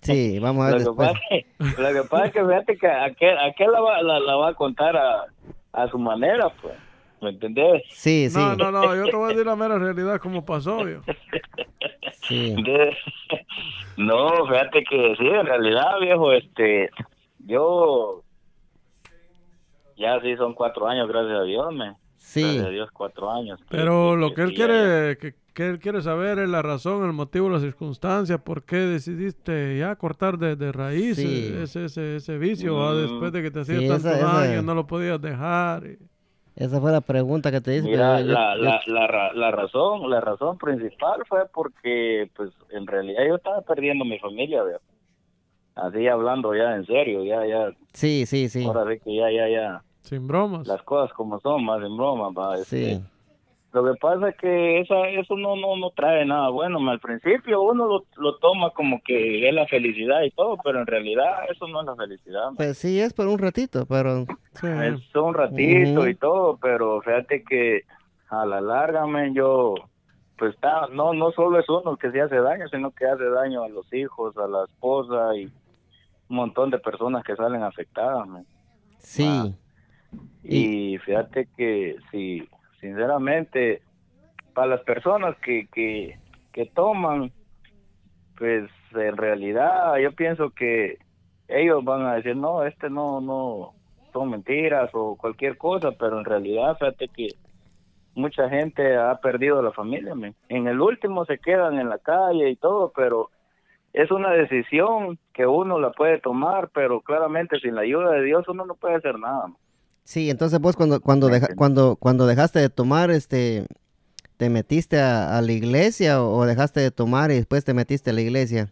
Speaker 1: Sí, vamos a ver
Speaker 4: lo que,
Speaker 1: después.
Speaker 4: pasa, es- lo que pasa es que fíjate que aquel, aquel la, va, la, la va a contar a, a su manera, pues. ¿Me entendés?
Speaker 1: Sí, sí,
Speaker 2: No, no, no, yo te voy a decir la mera realidad como pasó, yo.
Speaker 1: sí.
Speaker 4: De- No, fíjate que sí, en realidad, viejo, este, yo, ya sí son cuatro años, gracias a Dios, me.
Speaker 1: Sí,
Speaker 4: Gracias a Dios, cuatro años.
Speaker 2: Pero
Speaker 4: Sí,
Speaker 2: lo
Speaker 4: sí,
Speaker 2: que él
Speaker 4: sí, ya, ya.
Speaker 2: quiere, que, que él quiere saber es la razón, el motivo, la circunstancia, por qué decidiste ya cortar de, de raíz
Speaker 1: Sí.
Speaker 2: eh, ese, ese, ese vicio, ¿va?
Speaker 4: Mm.
Speaker 2: después de que te hacía
Speaker 1: Sí,
Speaker 2: tanto
Speaker 1: esa- esa-
Speaker 2: daño, no lo podías dejar. y-
Speaker 1: esa fue la pregunta que te hice.
Speaker 4: Mira,
Speaker 1: pero yo-
Speaker 4: la,
Speaker 1: yo-
Speaker 4: la, la, ra- la razón, la razón principal fue porque, pues, en realidad yo estaba perdiendo mi familia, viejo. Así hablando ya en serio, ya, ya,
Speaker 1: Sí, sí, sí.
Speaker 4: ahora sí que ya, ya, ya,
Speaker 2: Sin bromas.
Speaker 4: las cosas como son, más en broma, va, este,
Speaker 1: Sí,
Speaker 4: Lo que pasa es que esa, eso no, no, no trae nada bueno. ma. Al principio uno lo, lo toma como que es la felicidad y todo, pero en realidad eso no es la felicidad. ma.
Speaker 1: pues sí, es por un ratito, pero
Speaker 2: Sí.
Speaker 4: Es un ratito
Speaker 1: Ujú.
Speaker 4: y todo, pero fíjate que a la larga, men, yo, pues ta- no, no solo es uno el que se hace daño, sino que hace daño a los hijos, a la esposa y un montón de personas que salen afectadas. men.
Speaker 1: sí,
Speaker 4: Ah. Y fíjate que si, sinceramente, para las personas que, que, que toman, pues en realidad yo pienso que ellos van a decir, no, este no, no, son mentiras o cualquier cosa, pero en realidad fíjate que mucha gente ha perdido la familia. men. En el último se quedan en la calle y todo, pero es una decisión que uno la puede tomar, pero claramente sin la ayuda de Dios uno no puede hacer nada. men.
Speaker 1: sí, entonces vos cuando cuando deja- cuando cuando dejaste de tomar este te metiste a, a la iglesia o o dejaste de tomar y después te metiste a la iglesia.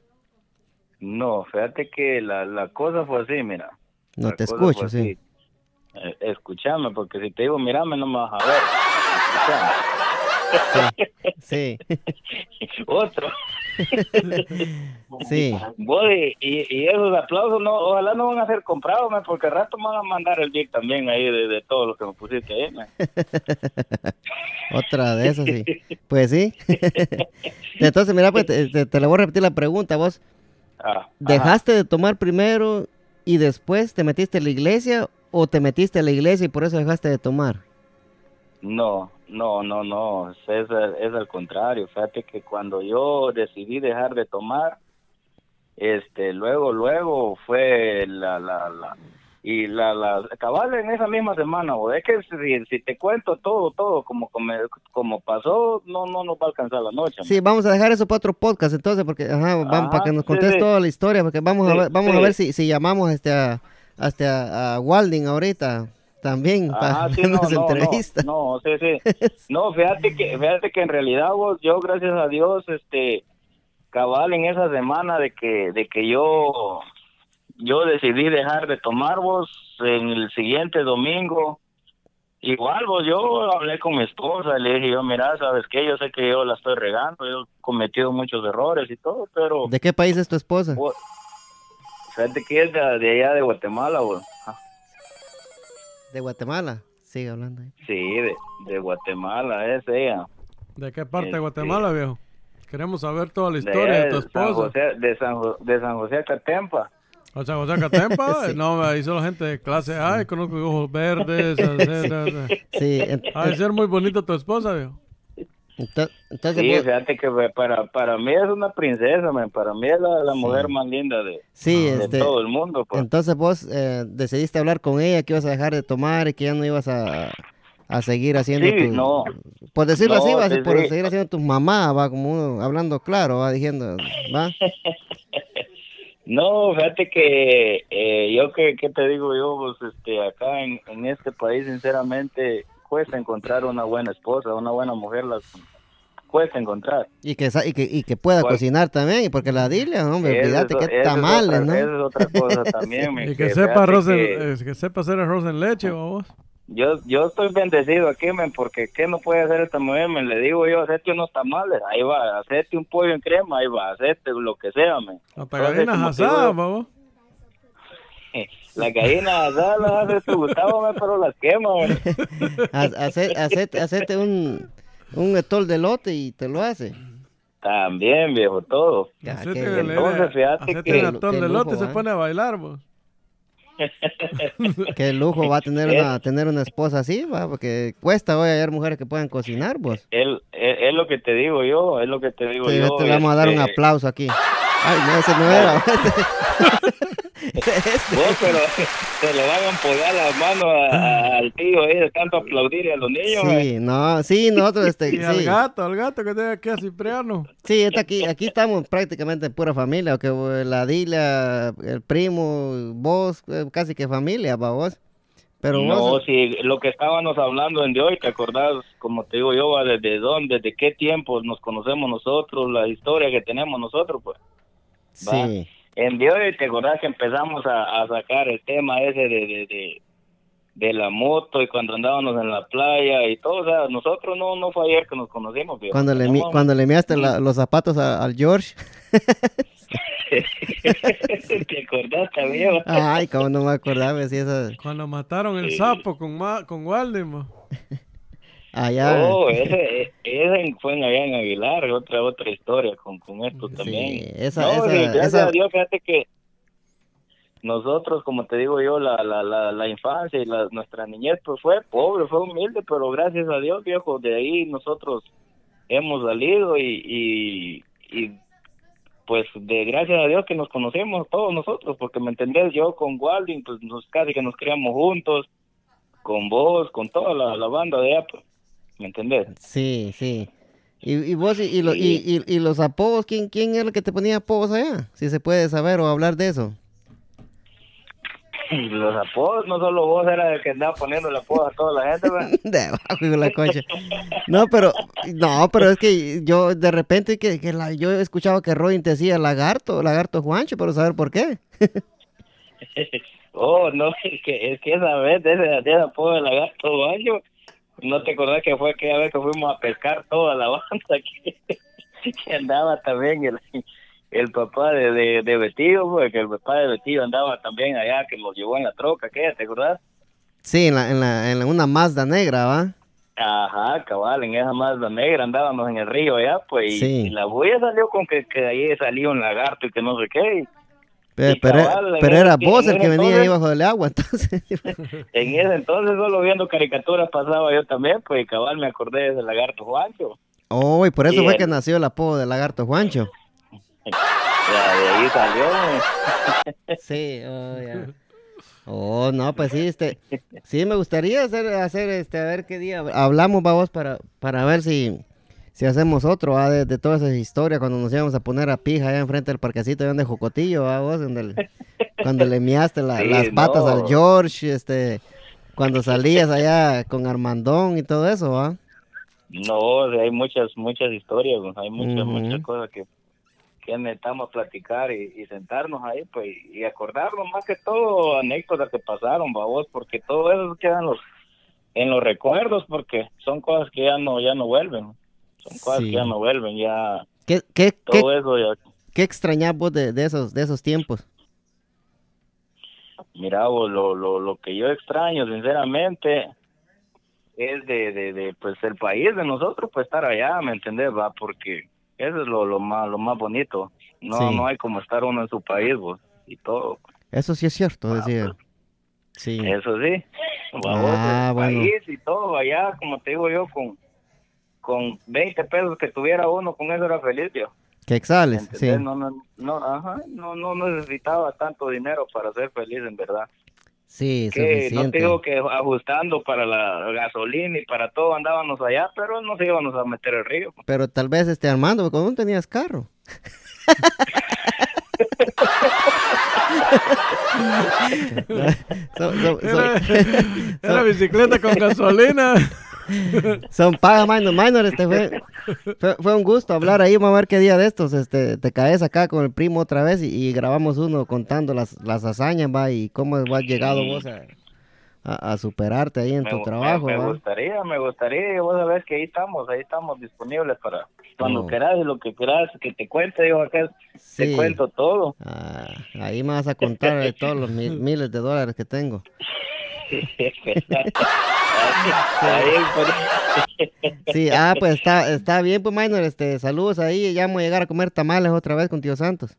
Speaker 4: No, fíjate que la, la cosa fue así, mira.
Speaker 1: No
Speaker 4: La
Speaker 1: te
Speaker 4: cosa pues,
Speaker 1: escucho,
Speaker 4: fue
Speaker 1: sí.
Speaker 4: así. Eh, escúchame, porque si te digo, mirame, no me vas a ver. Escuchame.
Speaker 1: Sí.
Speaker 4: Otro.
Speaker 1: Sí.
Speaker 4: Voy, y, y esos aplausos, no, ojalá no van a ser comprados, me, porque al rato me van a mandar el link también ahí de, de todo lo que me pusiste ahí. me.
Speaker 1: Otra de esas, sí. Pues sí. Entonces, mira, pues te, te- te la voy a repetir la pregunta. Vos,
Speaker 4: Ah, ajá.
Speaker 1: ¿dejaste de tomar primero y después te metiste a la iglesia o te metiste a la iglesia y por eso dejaste de tomar?
Speaker 4: No, no, no, no, es, es al- es al contrario. Fíjate que cuando yo decidí dejar de tomar, este, luego, luego fue la, la, la, y la, la, cabal en esa misma semana, o es que si, si te cuento todo, todo, como, como, como pasó, no, no nos va a alcanzar la noche.
Speaker 1: Sí, vamos a dejar eso para otro podcast entonces, porque ajá, vamos, para que nos
Speaker 4: Ah, sí,
Speaker 1: contes
Speaker 4: sí.
Speaker 1: toda la historia, porque vamos
Speaker 4: Sí,
Speaker 1: a ver, vamos a
Speaker 4: sí.
Speaker 1: ver si, si llamamos este a, hasta a Walding ahorita también
Speaker 4: Ajá,
Speaker 1: para
Speaker 4: Ah, sí, no,
Speaker 1: darnos
Speaker 4: no,
Speaker 1: entrevista.
Speaker 4: No, no, sí, sí. No, fíjate que, fíjate que en realidad vos, yo gracias a Dios, este, cabal en esa semana de que, de que yo, yo decidí dejar de tomar vos en el siguiente domingo. Igual vos, yo hablé con mi esposa, le dije yo, mira, sabes qué, yo sé que yo la estoy regando, yo he cometido muchos errores y todo, pero
Speaker 1: ¿De qué país es tu esposa?
Speaker 4: vos- fíjate que es de, de allá de Guatemala, vos. Ah,
Speaker 1: De Guatemala. Sigue hablando. eh. ahí.
Speaker 4: Sí, de, de Guatemala es ella.
Speaker 2: ¿De qué parte de
Speaker 4: Este-
Speaker 2: Guatemala, viejo? Queremos saber toda la
Speaker 4: de
Speaker 2: historia de,
Speaker 4: allá
Speaker 2: tu
Speaker 4: de San
Speaker 2: esposa.
Speaker 4: José, de, San, Jo- de San José Catempa.
Speaker 2: O sea, José Catempa,
Speaker 1: Sí.
Speaker 2: no, ahí son la gente de clase A, y conozco ojos verdes, etcétera, etcétera.
Speaker 1: Sí, en-
Speaker 2: Ha de ser muy bonita tu esposa, viejo.
Speaker 1: Ento- Entonces,
Speaker 4: Sí,
Speaker 1: vos-
Speaker 4: fíjate que fue- para, para mí es una princesa, man. para mí es la, la mujer más linda de,
Speaker 1: sí,
Speaker 4: de
Speaker 1: este,
Speaker 4: todo el mundo. pues.
Speaker 1: entonces vos eh, decidiste hablar con ella, que ibas a dejar de tomar y que ya no ibas a, a seguir haciendo
Speaker 4: Sí,
Speaker 1: tu-
Speaker 4: no.
Speaker 1: Por decirlo
Speaker 4: No,
Speaker 1: así, vas-
Speaker 4: sí,
Speaker 1: por
Speaker 4: sí.
Speaker 1: seguir haciendo tus mamás, va, como uno hablando claro, va, diciendo, va.
Speaker 4: No, fíjate que eh, yo que, que te digo yo, pues este, acá en, en este país sinceramente cuesta encontrar una buena esposa, una buena mujer, las cuesta encontrar.
Speaker 1: Y que, sa- y que, y que pueda
Speaker 4: ¿Cuál?
Speaker 1: cocinar también, y porque la dile, hombre,
Speaker 4: Esa
Speaker 1: olvídate
Speaker 4: es o-
Speaker 1: que
Speaker 4: esa es
Speaker 1: tamales,
Speaker 4: otra-
Speaker 1: ¿no?
Speaker 4: Esa es otra cosa también. mi,
Speaker 2: Y
Speaker 4: que
Speaker 2: que sepa,
Speaker 4: fíjate
Speaker 2: arroz en-
Speaker 4: que Oh.
Speaker 2: eh, que sepa hacer arroz en leche, vos.
Speaker 4: yo, yo estoy bendecido aquí, men, porque ¿qué no puede hacer esta mujer? men? le digo yo, hacete unos tamales, ahí va, hacete un pollo en crema, ahí va, hacete lo que sea, men.
Speaker 2: Hasta
Speaker 4: Entonces,
Speaker 2: gallinas
Speaker 4: como te digo
Speaker 2: asadas,
Speaker 4: yo,
Speaker 2: vos.
Speaker 4: Las gallinas asadas las hace tu Gustavo, men, pero las quema, men.
Speaker 1: Ha- hacer- hacer- Hacerte un, un etol de lote y te lo hace.
Speaker 4: También, viejo, todo.
Speaker 1: Ya,
Speaker 2: Hacete
Speaker 1: qué
Speaker 2: el-
Speaker 1: bien.
Speaker 2: el-
Speaker 4: Entonces, fíjate
Speaker 2: hacete
Speaker 4: que-
Speaker 2: el atol
Speaker 1: Qué
Speaker 2: de
Speaker 1: lujo,
Speaker 2: lote, se
Speaker 1: ¿eh?
Speaker 2: pone a bailar, vos.
Speaker 1: Qué lujo va a tener una, tener una esposa así, va, porque cuesta hoy hallar mujeres que puedan cocinar, vos.
Speaker 4: Es, e, es- es lo que te digo yo, es lo que te digo
Speaker 1: Sí,
Speaker 4: yo.
Speaker 1: te le vamos a dar un
Speaker 4: este,
Speaker 1: aplauso aquí. Ay, no, ese no era. Este- este.
Speaker 4: vos, pero se le van a empollar las manos a- a- al tío, ahí de tanto aplaudir a los niños, men.
Speaker 1: este, Sí, no, sí, nosotros, este,
Speaker 2: Y al
Speaker 1: sí.
Speaker 2: gato, al gato que tiene aquí a Cipriano.
Speaker 1: Sí, está aquí, aquí estamos prácticamente en pura familia, aunque eh, la Dila, el primo, vos, eh, casi que familia, va vos. Pero
Speaker 4: No,
Speaker 1: vos,
Speaker 4: si lo que estábamos hablando en de hoy, ¿te acordás? Como te digo yo, va, desde dónde, desde qué tiempo nos conocemos nosotros, la historia que tenemos nosotros, pues. va.
Speaker 1: sí,
Speaker 4: En de hoy, ¿te acordás que empezamos a, a sacar el tema ese de, de, de, de la moto y cuando andábamos en la playa y todo? O sea, nosotros no, no fue ayer que nos conocimos, viejo.
Speaker 1: cuando le, mi-
Speaker 4: Tenemos-
Speaker 1: cuando le miaste la- los zapatos a- al George.
Speaker 4: ¿Te acordás también? va?
Speaker 1: Ay, cómo no me acordaba, si esa,
Speaker 2: Cuando mataron el sapo con, ma- con Walden, vos.
Speaker 1: allá.
Speaker 4: Oh, ese, ese fue en allá en Aguilar, otra otra historia con, con esto también.
Speaker 1: esa-
Speaker 4: no,
Speaker 1: esa-
Speaker 4: y gracias
Speaker 1: esa-
Speaker 4: a Dios, fíjate que nosotros, como te digo yo, la, la, la, la infancia y la, nuestra niñez pues fue pobre, fue humilde, pero gracias a Dios, viejo, de ahí nosotros hemos salido y, y, y pues de gracias a Dios que nos conocemos todos nosotros, porque me entendés, yo con Walding, pues nos, casi que nos criamos juntos, con vos, con toda la, la banda de allá, pues, ¿me entendés?
Speaker 1: Sí, sí. Y, y vos, y, y lo- y-
Speaker 4: Sí.
Speaker 1: y- y los apodos, ¿quién, ¿quién era el que te ponía apodos allá? Si se puede saber o hablar de eso.
Speaker 4: Los apodos, no solo vos era el que andaba poniendo el apodo a toda la gente, pues, ¿verdad?
Speaker 1: Debajo de la cocha. No, pero, no, pero es que yo de repente que, que la- yo he escuchado que Rodin te decía lagarto, lagarto Juancho, pero saber por qué.
Speaker 4: Oh, no, es que, es que esa vez de ese, de ese apodo de lagarto baño, no te acordás que fue aquella vez que fuimos a pescar toda la banda que, que andaba también el, el papá de, de, de Betillo, porque el papá de Betillo andaba también allá que nos llevó en la troca, ¿qué? ¿Te acordás?
Speaker 1: Sí, en la, en la, en la- una Mazda negra, ¿va?
Speaker 4: Ajá, cabal, en esa Mazda negra andábamos en el río allá, pues, y-
Speaker 1: Sí.
Speaker 4: y, la bulla salió con que, que ahí salía un lagarto y que no sé qué, y
Speaker 1: Pe-
Speaker 4: Sí,
Speaker 1: Pero,
Speaker 4: cabal, en
Speaker 1: pero
Speaker 4: ese-
Speaker 1: era vos
Speaker 4: en
Speaker 1: el que
Speaker 4: ese
Speaker 1: venía ahí
Speaker 4: entonces-
Speaker 1: bajo el agua, entonces.
Speaker 4: En ese entonces, solo viendo caricaturas pasaba yo también, pues y cabal me acordé del lagarto Juancho.
Speaker 1: Oh, y por eso
Speaker 4: Sí, eh.
Speaker 1: fue
Speaker 4: el-
Speaker 1: que nació el apodo de lagarto Juancho.
Speaker 4: Ya, de ahí salió. güey.
Speaker 1: Sí, oh, ya. Oh, no, pues sí, este, sí, me gustaría hacer, hacer, este, a ver qué día hablamos, vamos, para, para ver si, si hacemos otro, ah, de, de todas esas historias, cuando nos íbamos a poner a pija allá enfrente del parquecito, allá donde Jocotillo, ah, vos, donde le- cuando le miaste la-
Speaker 4: Sí,
Speaker 1: las patas
Speaker 4: no.
Speaker 1: al George, este, cuando salías allá con Armandón y todo eso, ah.
Speaker 4: No, o sea, hay muchas, muchas historias, güey. hay muchas,
Speaker 1: Ujú.
Speaker 4: muchas cosas que, que necesitamos platicar y, y sentarnos ahí, pues, y acordarnos más que todo anécdotas que pasaron, babos, porque todo eso queda en los, en los recuerdos, porque son cosas que ya no, ya no vuelven. Son cosas
Speaker 1: Sí.
Speaker 4: que ya no vuelven, ya
Speaker 1: ¿Qué, qué, qué,
Speaker 4: todo eso ya
Speaker 1: qué extrañás vos de, de esos, de esos tiempos?
Speaker 4: Mira, vos, lo, lo, lo que yo extraño, sinceramente, es de, de, de, pues, el país de nosotros, pues, estar allá, ¿me entendés, va? Porque eso es lo, lo más, lo más bonito. No,
Speaker 1: Sí.
Speaker 4: no hay como estar uno en su país, vos, y todo.
Speaker 1: Eso sí es cierto, decía. Sí.
Speaker 4: Eso sí, va, vos,
Speaker 1: Ah,
Speaker 4: el
Speaker 1: bueno.
Speaker 4: país y todo allá, como te digo yo, con, con 20 pesos que tuviera uno, con eso era feliz, yo.
Speaker 1: Que exhales, sí.
Speaker 4: ¿Entendés? No, no, no, ajá, no, no necesitaba tanto dinero para ser feliz, en verdad.
Speaker 1: Sí,
Speaker 4: Que no te
Speaker 1: suficiente.
Speaker 4: digo que ajustando para la gasolina y para todo andábamos allá, pero nos íbamos a meter el río.
Speaker 1: Pero tal vez este Armando, porque cuando no tenías carro. son, son-
Speaker 2: Era,
Speaker 1: son-
Speaker 2: era bicicleta con gasolina.
Speaker 1: son pagas minor, minor, este fue, fue, fue un gusto hablar ahí, vamos a ver qué día de estos, este, te caes acá con el primo otra vez y, y grabamos uno contando las, las hazañas, va, y cómo has llegado vos a, a- a superarte ahí en
Speaker 4: Me
Speaker 1: tu
Speaker 4: gu-
Speaker 1: trabajo,
Speaker 4: me, me
Speaker 1: va.
Speaker 4: gustaría, me gustaría, y vos sabés que ahí estamos, ahí estamos disponibles para cuando
Speaker 1: No.
Speaker 4: querás, lo que querás, que te cuente, digo acá,
Speaker 1: Sí.
Speaker 4: te cuento todo.
Speaker 1: Ah, ahí me vas a contar de todos los mil- miles de dólares que tengo.
Speaker 4: Ahí, pues, por-
Speaker 1: Sí, ah, pues está, está bien, pues Minor, este, saludos ahí, ya vamos a llegar a comer tamales otra vez con tío Santos.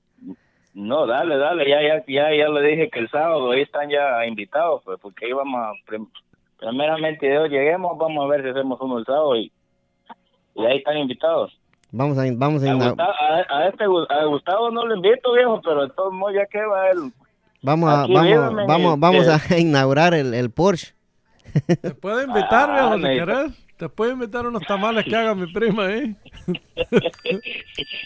Speaker 4: No, dale, dale, ya, ya, ya, ya le dije que el sábado ahí están ya invitados, pues, porque ahí vamos a, prim- primeramente Dios, lleguemos, vamos a ver si hacemos uno el sábado y, y ahí están invitados.
Speaker 1: Vamos a, vamos a,
Speaker 4: A,
Speaker 1: ina-
Speaker 4: Gustavo, a- a este Gu- a Gustavo no lo invito, viejo, pero de todos modos ya que va él.
Speaker 1: vamos a,
Speaker 4: aquí este.
Speaker 1: vamos,
Speaker 4: viéndome,
Speaker 1: vamos, vamos a inaugurar el, el Porsche.
Speaker 2: Te puede invitar,
Speaker 4: Ah,
Speaker 2: viejo, si
Speaker 4: necesito-
Speaker 2: querés. Te puede invitar unos tamales que haga mi prima ¿eh? ahí.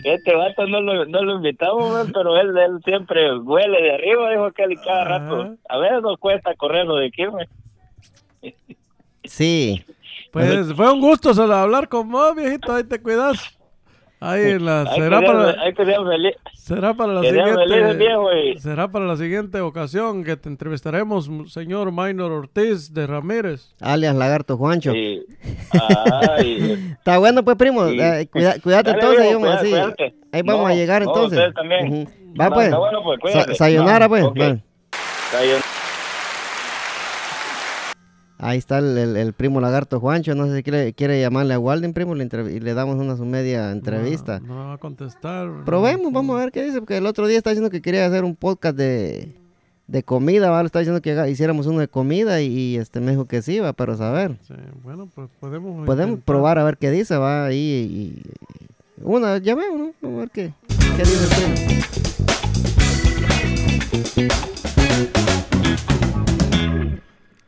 Speaker 4: Este vato no lo, no lo invitamos, man, pero él, él siempre huele de arriba, dijo aquel, y cada
Speaker 2: Ajá.
Speaker 4: rato. A veces nos cuesta correrlo de aquí, man.
Speaker 1: Sí,
Speaker 2: Pues fue un gusto solo hablar con vos, viejito. Ahí te cuidas. Ahí la,
Speaker 4: Hay que
Speaker 2: Pues será,
Speaker 4: ser-
Speaker 2: para,
Speaker 4: hay que ser feliz.
Speaker 2: será para la
Speaker 4: que sean felices, viejo,
Speaker 2: siguiente.
Speaker 4: y-
Speaker 2: Será para la siguiente ocasión que te entrevistaremos, m- señor Minor Ortiz de Ramírez.
Speaker 1: alias Lagarto Juancho.
Speaker 4: Y- ay,
Speaker 1: Está bueno, pues primo,
Speaker 4: Sí.
Speaker 1: eh, cuida- cuídate
Speaker 4: Dale,
Speaker 1: entonces,
Speaker 4: viejo,
Speaker 1: ahí vamos,
Speaker 4: cuida-
Speaker 1: sí.
Speaker 4: cuídate.
Speaker 1: ahí vamos
Speaker 4: No,
Speaker 1: a llegar
Speaker 4: no,
Speaker 1: entonces.
Speaker 4: ustedes también.
Speaker 1: Ujú. Va
Speaker 4: No,
Speaker 1: pues,
Speaker 4: está bueno, pues,
Speaker 1: Sa-
Speaker 4: cuídate.
Speaker 1: sayonara
Speaker 4: No,
Speaker 1: pues.
Speaker 4: ok.
Speaker 1: va.
Speaker 4: cayó-
Speaker 1: Ahí está el, el- el primo Lagarto Juancho, no sé si quiere, quiere llamarle a Walden, primo, le entrev- y le damos una su media entrevista.
Speaker 2: No, no va a contestar.
Speaker 1: Probemos, vamos a ver qué dice, porque el otro día está diciendo que quería hacer un podcast de, de comida, ¿vale? Está diciendo que haga- hiciéramos uno de comida y, y, este me dijo que sí, va, pero saber.
Speaker 2: Sí, bueno, pues podemos.
Speaker 1: Podemos
Speaker 2: intentar.
Speaker 1: probar a ver qué dice, va, ahí y, y- una, llamemos, ¿no? Vamos a ver qué, qué dice el primo.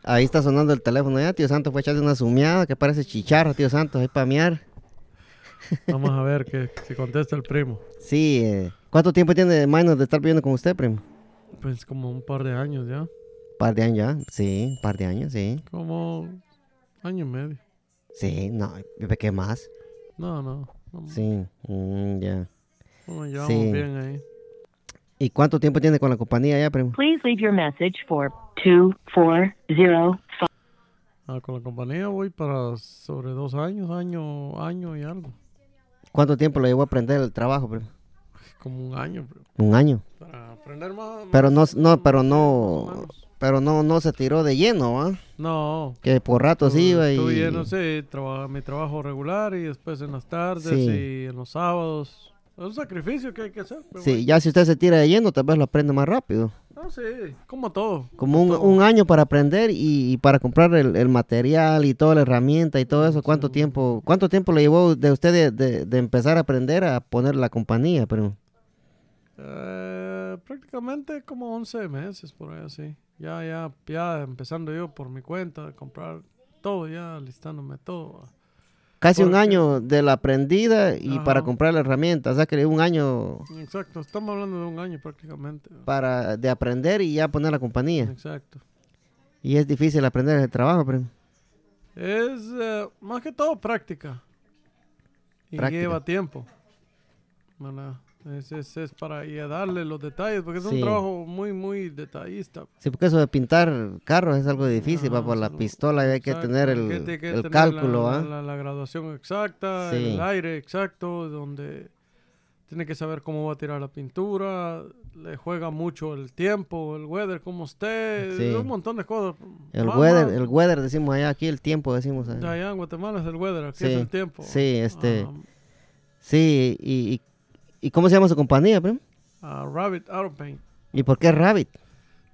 Speaker 1: Ahí está sonando el teléfono ya, tío Santos fue echarle una sumiada que parece chicharra, tío Santos, ahí para mear.
Speaker 2: Vamos a ver que, si contesta el primo.
Speaker 1: Sí, eh, ¿cuánto tiempo tiene Minor de estar viviendo con usted, primo?
Speaker 2: Pues como un par de años ya.
Speaker 1: Par de años ya, sí, par de años, sí.
Speaker 2: Como año y medio.
Speaker 1: Sí, no, ¿qué más?
Speaker 2: No, no. no,
Speaker 1: Sí, mm, ya.
Speaker 2: no nos llevamos
Speaker 1: Sí.
Speaker 2: bien ahí.
Speaker 1: ¿Y cuánto tiempo tiene con la compañía ya, primo?
Speaker 5: Please leave your message for 2405.
Speaker 2: Ah, con la compañía voy para sobre dos años, año, año y algo.
Speaker 1: ¿Cuánto tiempo le llevó a aprender el trabajo, primo?
Speaker 2: Como un año pero
Speaker 1: Un año.
Speaker 2: para aprender más.
Speaker 1: Pero
Speaker 2: más-
Speaker 1: no, no, pero
Speaker 2: más o
Speaker 1: no,
Speaker 2: menos.
Speaker 1: pero no, no se tiró de lleno, ¿ah?
Speaker 2: No.
Speaker 1: Que por ratos iba y...
Speaker 2: Estuve, no sé, traba- mi trabajo regular y después en las tardes
Speaker 1: Sí.
Speaker 2: y en los sábados. Es un sacrificio que hay que hacer. pero
Speaker 1: Sí, ya si usted se tira de lleno, tal vez lo aprende más rápido.
Speaker 2: bueno. No, sí, como todo.
Speaker 1: Como un, un año para aprender y, y para comprar el, el material y toda la herramienta y todo eso. ¿Cuánto tiempo cuánto tiempo le llevó de usted de, de- de empezar a aprender a poner la compañía, primo?
Speaker 2: Eh, prácticamente como 11 meses por ahí así. Ya, ya, ya empezando yo por mi cuenta, a comprar todo, ya listándome todo.
Speaker 1: Casi un
Speaker 2: Porque-
Speaker 1: año de la aprendida y para
Speaker 2: Ajá.
Speaker 1: comprar la herramienta. O sea, que un año
Speaker 2: Exacto, estamos hablando de un año prácticamente.
Speaker 1: para de aprender y ya poner la compañía.
Speaker 2: Exacto.
Speaker 1: Y es difícil aprender el trabajo, primo.
Speaker 2: Es eh, más que todo práctica. Y
Speaker 1: Práctica.
Speaker 2: lleva tiempo. Bueno, es, es, es para ir a darle los detalles, porque es
Speaker 1: Sí.
Speaker 2: un trabajo muy, muy detallista.
Speaker 1: Sí, porque eso de pintar carros es algo difícil, va
Speaker 2: Ajá,
Speaker 1: por la
Speaker 2: Ah, salud.
Speaker 1: pistola, hay que
Speaker 2: Exacto,
Speaker 1: tener
Speaker 2: que
Speaker 1: el,
Speaker 2: tiene que
Speaker 1: el
Speaker 2: tener la-
Speaker 1: cálculo,
Speaker 2: La,
Speaker 1: ¿ah?
Speaker 2: la- la graduación exacta,
Speaker 1: Sí.
Speaker 2: el aire exacto, donde tiene que saber cómo va a tirar la pintura, le juega mucho el tiempo, el weather, cómo esté,
Speaker 1: Sí.
Speaker 2: un montón de cosas.
Speaker 1: El
Speaker 2: Más-
Speaker 1: weather,
Speaker 2: más-
Speaker 1: el weather decimos allá, aquí el tiempo decimos allá.
Speaker 2: Allá en Guatemala es el weather, aquí
Speaker 1: Sí,
Speaker 2: es el tiempo.
Speaker 1: sí, este,
Speaker 2: Um,
Speaker 1: Sí, y, y, y ¿cómo se llama su compañía, primo?
Speaker 2: a Rabbit Auto Paint.
Speaker 1: ¿Y por qué Rabbit?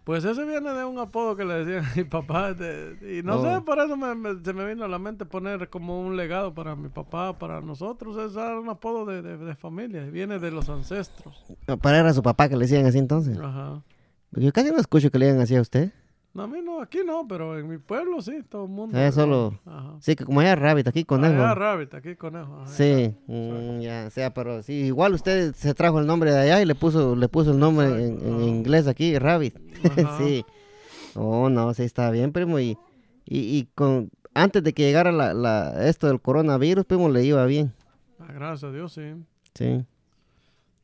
Speaker 2: Pues ese viene de un apodo que le decían a mi papá. de- y no
Speaker 1: Oh.
Speaker 2: sé, por eso me- me- se me vino a la mente poner como un legado para mi papá, para nosotros. Es un apodo de, de- de familia. Viene de los ancestros.
Speaker 1: Para era su papá que le decían así entonces.
Speaker 2: Ajá.
Speaker 1: Yo casi no escucho que le digan así a usted.
Speaker 2: No, a mí no, aquí no, pero en mi pueblo sí, todo el mundo.
Speaker 1: Eh, solo-
Speaker 2: Ajá.
Speaker 1: Sí, que como era rabbit aquí con
Speaker 2: Allá,
Speaker 1: él.
Speaker 2: rabbit, aquí conejo. ajá.
Speaker 1: Sí, mm, ya, o sea, pero sí, igual usted se trajo el nombre de allá y le puso, le puso el nombre en, en inglés aquí, Rabbit.
Speaker 2: Ajá.
Speaker 1: sí. Oh, no, sí, está bien, primo. Y, y, y con, antes de que llegara la, la, esto del coronavirus, primo, le iba bien.
Speaker 2: Ah, gracias a Dios, sí.
Speaker 1: Sí.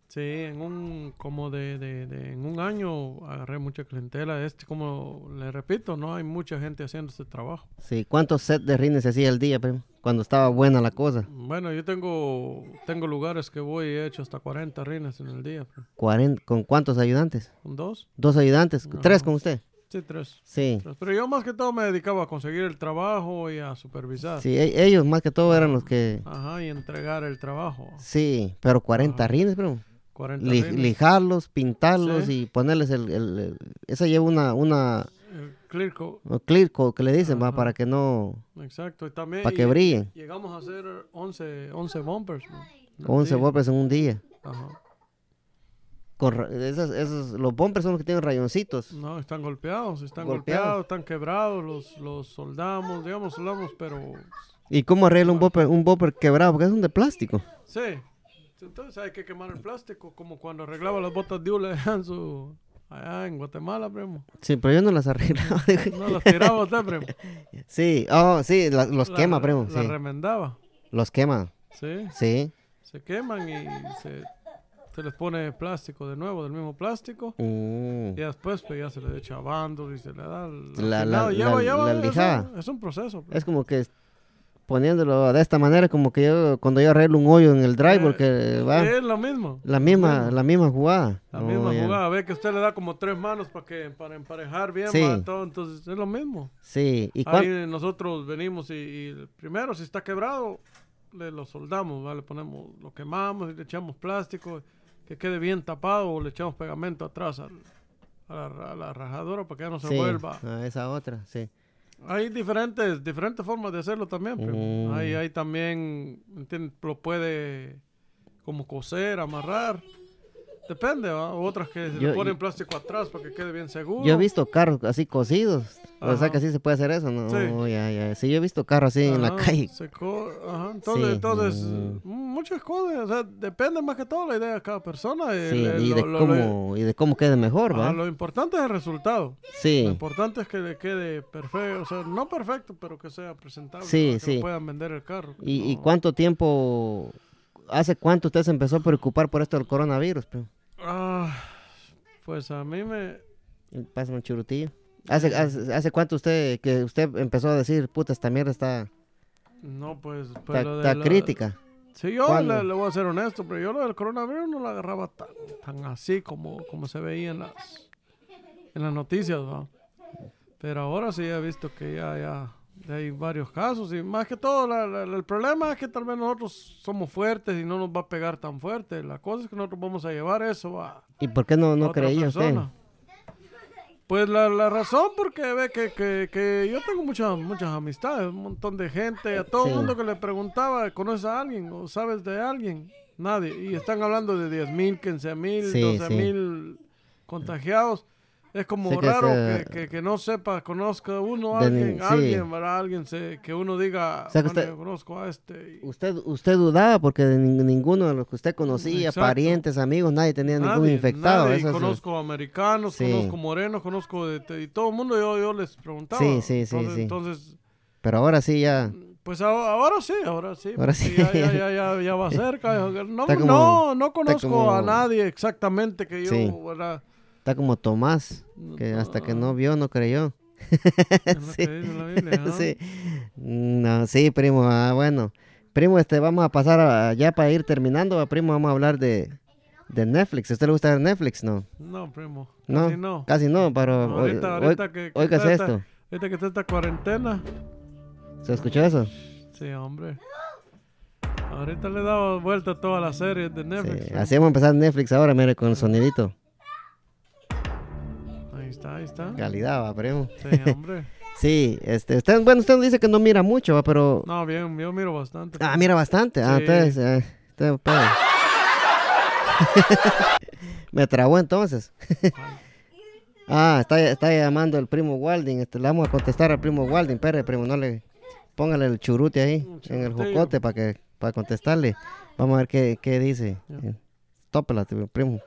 Speaker 2: Sí, en un, como de, de- de- en un año agarré mucha clientela. Este, como le repito, no hay mucha gente haciendo este trabajo.
Speaker 1: Sí, ¿cuántos sets de rines se hacía el día, primo? Cuando estaba buena la cosa.
Speaker 2: Bueno, yo tengo, tengo lugares que voy y he hecho hasta 40 rines en el día. pero
Speaker 1: Cuaren- ¿Con cuántos ayudantes?
Speaker 2: ¿Con dos?
Speaker 1: ¿Dos ayudantes? ¿Tres con usted?
Speaker 2: Sí, tres.
Speaker 1: Sí.
Speaker 2: tres. Pero yo más que todo me dedicaba a conseguir el trabajo y a supervisar.
Speaker 1: Sí, e- ellos más que todo eran los que...
Speaker 2: Ajá, y entregar el trabajo.
Speaker 1: Sí, pero 40 rines, primo.
Speaker 2: 40
Speaker 1: Li-
Speaker 2: rines.
Speaker 1: lijarlos, pintarlos
Speaker 2: Sí.
Speaker 1: y ponerles el, el- el- esa lleva una una
Speaker 2: El clear coat,
Speaker 1: un clear coat que le dicen va para que no
Speaker 2: Exacto. Y también.
Speaker 1: para
Speaker 2: y-
Speaker 1: que brillen.
Speaker 2: Llegamos a hacer 11, 11 bumpers. ¿no? En el
Speaker 1: 11
Speaker 2: día.
Speaker 1: bumpers en un día.
Speaker 2: Ajá.
Speaker 1: Con ra- esas- esos, los bumpers son los que tienen rayoncitos.
Speaker 2: No, están golpeados, están
Speaker 1: Golpeados.
Speaker 2: golpeados, están quebrados, los, los soldamos, digamos, soldamos, pero
Speaker 1: ¿Y cómo arregla un bumper un bumper quebrado? Porque son de plástico.
Speaker 2: sí. Entonces hay que quemar el plástico, como cuando arreglaba las botas de Ule en su- allá en Guatemala, primo.
Speaker 1: Sí, pero yo no las arreglaba.
Speaker 2: No las tiraba usted, primo.
Speaker 1: sí, oh, sí, la- los
Speaker 2: La-
Speaker 1: quema, primo.
Speaker 2: Las
Speaker 1: sí.
Speaker 2: remendaba,
Speaker 1: Los quema.
Speaker 2: sí.
Speaker 1: Sí.
Speaker 2: Se queman y se, se les pone plástico de nuevo, del mismo plástico.
Speaker 1: Mm.
Speaker 2: Y después pues ya se le echa bandos y se le da el
Speaker 1: La-
Speaker 2: al
Speaker 1: la-
Speaker 2: final,
Speaker 1: la-
Speaker 2: va- va,
Speaker 1: la
Speaker 2: es un-
Speaker 1: lijada.
Speaker 2: Es, un proceso. pues.
Speaker 1: Es como que es- poniéndolo de esta manera, como que yo cuando yo arreglo un hoyo en el driver
Speaker 2: Eh,
Speaker 1: que va.
Speaker 2: Es lo mismo.
Speaker 1: La misma, la misma jugada.
Speaker 2: La
Speaker 1: Oh,
Speaker 2: misma
Speaker 1: ya.
Speaker 2: jugada. Ve que usted le da como tres manos para que para emparejar bien
Speaker 1: Sí.
Speaker 2: va, todo, entonces es lo mismo.
Speaker 1: Sí, y cuán-
Speaker 2: Ahí nosotros venimos y, y primero si está quebrado le lo soldamos, ¿va? le ponemos, lo quemamos y le echamos plástico que quede bien tapado o le echamos pegamento atrás al- a, la, ra- a la rajadora para que ya no se
Speaker 1: sí,
Speaker 2: vuelva.
Speaker 1: a esa otra, sí.
Speaker 2: Hay diferentes, diferentes formas de hacerlo también. primo.
Speaker 1: Mm.
Speaker 2: Hay, hay también, ¿entiendes? Lo puede como coser, amarrar. Depende, ¿va? Otras que se
Speaker 1: Yo-
Speaker 2: le ponen
Speaker 1: yo-
Speaker 2: plástico atrás para que quede bien seguro.
Speaker 1: Yo he visto carros así cosidos. O sea
Speaker 2: Ajá.
Speaker 1: que así se puede hacer eso, ¿no?
Speaker 2: Sí.
Speaker 1: Oh, ya, ya. Sí, yo he visto carros así en la
Speaker 2: Ajá,
Speaker 1: calle.
Speaker 2: se co- ajá. Entonces,
Speaker 1: Sí.
Speaker 2: entonces
Speaker 1: Mm.
Speaker 2: muchas cosas. O sea, depende más que todo la idea de cada persona. el-
Speaker 1: Sí,
Speaker 2: el-
Speaker 1: y
Speaker 2: lo-
Speaker 1: de,
Speaker 2: lo-
Speaker 1: cómo,
Speaker 2: lo-
Speaker 1: y de cómo quede mejor,
Speaker 2: ajá,
Speaker 1: ¿va?
Speaker 2: lo importante es el resultado. Lo
Speaker 1: Sí,
Speaker 2: importante es que le quede perfecto. O sea, no perfecto, pero que sea presentable.
Speaker 1: Sí,
Speaker 2: para que
Speaker 1: sí.
Speaker 2: lo puedan vender el carro.
Speaker 1: y, y
Speaker 2: No.
Speaker 1: cuánto tiempo, hace cuánto usted se empezó a preocupar por esto del coronavirus? primo?
Speaker 2: Ah, pues a mí me...
Speaker 1: Pásame un churutillo. ¿Hace, hace, hace cuánto usted, que usted empezó a decir, puta, esta mierda está,
Speaker 2: No, pues... pues
Speaker 1: está,
Speaker 2: lo de
Speaker 1: está
Speaker 2: la-
Speaker 1: crítica?
Speaker 2: Sí, yo
Speaker 1: ¿Cuándo?
Speaker 2: le, le voy a ser honesto, pero yo lo del coronavirus no lo agarraba tan, tan así como, como se veía en las, en las noticias, ¿va? Pero ahora sí he visto que ya, ya hay varios casos y más que todo la- la- la- el problema es que tal vez nosotros somos fuertes y no nos va a pegar tan fuerte. La cosa es que nosotros vamos a llevar eso a,
Speaker 1: ¿Y por qué no, no
Speaker 2: otra
Speaker 1: creía usted?
Speaker 2: persona. Pues la, la razón porque ve que, que- que yo tengo muchas muchas amistades, un montón de gente, a todo el
Speaker 1: Sí.
Speaker 2: mundo que le preguntaba, ¿conoces a alguien o sabes de alguien? Nadie. Y están hablando de 10 mil, 15 mil,
Speaker 1: Sí,
Speaker 2: 12
Speaker 1: sí.
Speaker 2: mil contagiados. Es como
Speaker 1: Sí que
Speaker 2: raro
Speaker 1: se-
Speaker 2: que, que- que no sepa, conozca uno a
Speaker 1: De ni-
Speaker 2: alguien,
Speaker 1: sí.
Speaker 2: alguien, ¿verdad? Alguien se- que uno diga,
Speaker 1: O sea, que
Speaker 2: "Bueno,
Speaker 1: usted-
Speaker 2: yo conozco a este. y-
Speaker 1: Usted, usted dudaba porque de nin- ninguno de los que usted conocía,
Speaker 2: Exacto.
Speaker 1: parientes, amigos, nadie tenía ningún infectado.
Speaker 2: nadie.
Speaker 1: Eso es-
Speaker 2: conozco americanos,
Speaker 1: Sí.
Speaker 2: conozco morenos, conozco de, de- y todo el mundo yo, yo les preguntaba.
Speaker 1: Sí, sí, sí,
Speaker 2: entonces,
Speaker 1: sí.
Speaker 2: Entonces,
Speaker 1: Pero ahora sí ya.
Speaker 2: pues a- ahora sí, ahora sí.
Speaker 1: Ahora
Speaker 2: porque
Speaker 1: sí.
Speaker 2: Ya, ya, ya, ya, ya va cerca. No,
Speaker 1: Está como-
Speaker 2: no, no conozco
Speaker 1: como-
Speaker 2: a nadie exactamente que yo,
Speaker 1: Sí.
Speaker 2: ¿verdad?
Speaker 1: Está como Tomás, que hasta
Speaker 2: ah.
Speaker 1: que no vio, no creyó.
Speaker 2: Es lo que dice la Biblia, ¿no?
Speaker 1: Sí. No, sí, primo. Ah, bueno. Primo, este, vamos a pasar a- ya para ir terminando. ah, Primo, vamos a hablar de, de Netflix. ¿A usted le gusta ver Netflix? No.
Speaker 2: No, primo.
Speaker 1: No,
Speaker 2: casi no.
Speaker 1: Casi no, pero hoy-
Speaker 2: Ahorita,
Speaker 1: hoy-
Speaker 2: ahorita que, que
Speaker 1: oigas
Speaker 2: está esta-
Speaker 1: esto.
Speaker 2: ahorita que está esta cuarentena.
Speaker 1: ¿Se escuchó eso?
Speaker 2: Sí, hombre. Ahorita le he dado vuelta a todas las series de
Speaker 1: Sí,
Speaker 2: Netflix. ¿no?
Speaker 1: Así vamos a empezar Netflix ahora, mire, con el sonidito.
Speaker 2: Ahí está. está, ahí está.
Speaker 1: Calidad, va, primo.
Speaker 2: Sí, hombre.
Speaker 1: Sí, este, usted, bueno, usted dice que no mira mucho, va, pero...
Speaker 2: No, bien, yo miro bastante.
Speaker 1: Ah, mira bastante. Ah,
Speaker 2: Sí.
Speaker 1: entonces, eh, entonces, puede. Me trabó entonces. ah, está, está llamando el primo Walding. Este, le vamos a contestar al primo Walding. Espere, primo, no le... Póngale el churute ahí,
Speaker 2: Un
Speaker 1: en el
Speaker 2: churutillo.
Speaker 1: jocote, para que para contestarle. Vamos a ver qué, qué dice. Eh, Tópela, tu primo.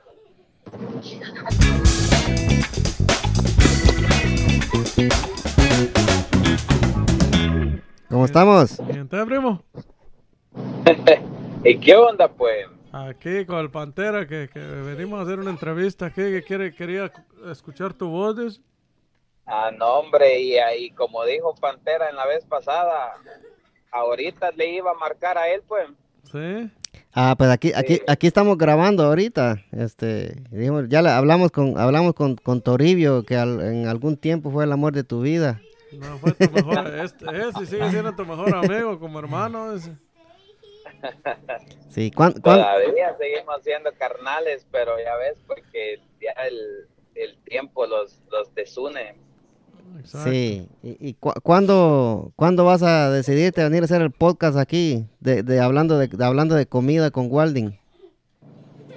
Speaker 1: ¿Cómo estamos?
Speaker 2: ¿Y entonces, primo?
Speaker 5: ¿Y qué onda, pues?
Speaker 2: Aquí con el Pantera, que, que venimos a hacer una entrevista aquí, que quiere, quería cu- escuchar tu voz. dice.
Speaker 5: Ah, no, hombre, y ahí, como dijo Pantera en la vez pasada, ahorita le iba a marcar a él, pues.
Speaker 2: Sí.
Speaker 1: Ah, pues aquí, aquí,
Speaker 5: Sí.
Speaker 1: aquí estamos grabando ahorita. Este, dijimos, ya le hablamos con, hablamos con, con Toribio, que al- en algún tiempo fue el amor de tu vida.
Speaker 2: No fue tu mejor, este, ese sigue siendo tu mejor amigo, como hermano. dice.
Speaker 1: Sí, ¿cuán,
Speaker 5: Pues,
Speaker 1: cuán-
Speaker 5: Todavía seguimos siendo carnales, pero ya ves, porque ya el, el tiempo los, los desune.
Speaker 2: Exacto.
Speaker 1: sí. ¿Y, y cu- cuándo, cuándo vas a decidirte a venir a hacer el podcast aquí, de, de hablando de, de hablando de comida con Walding?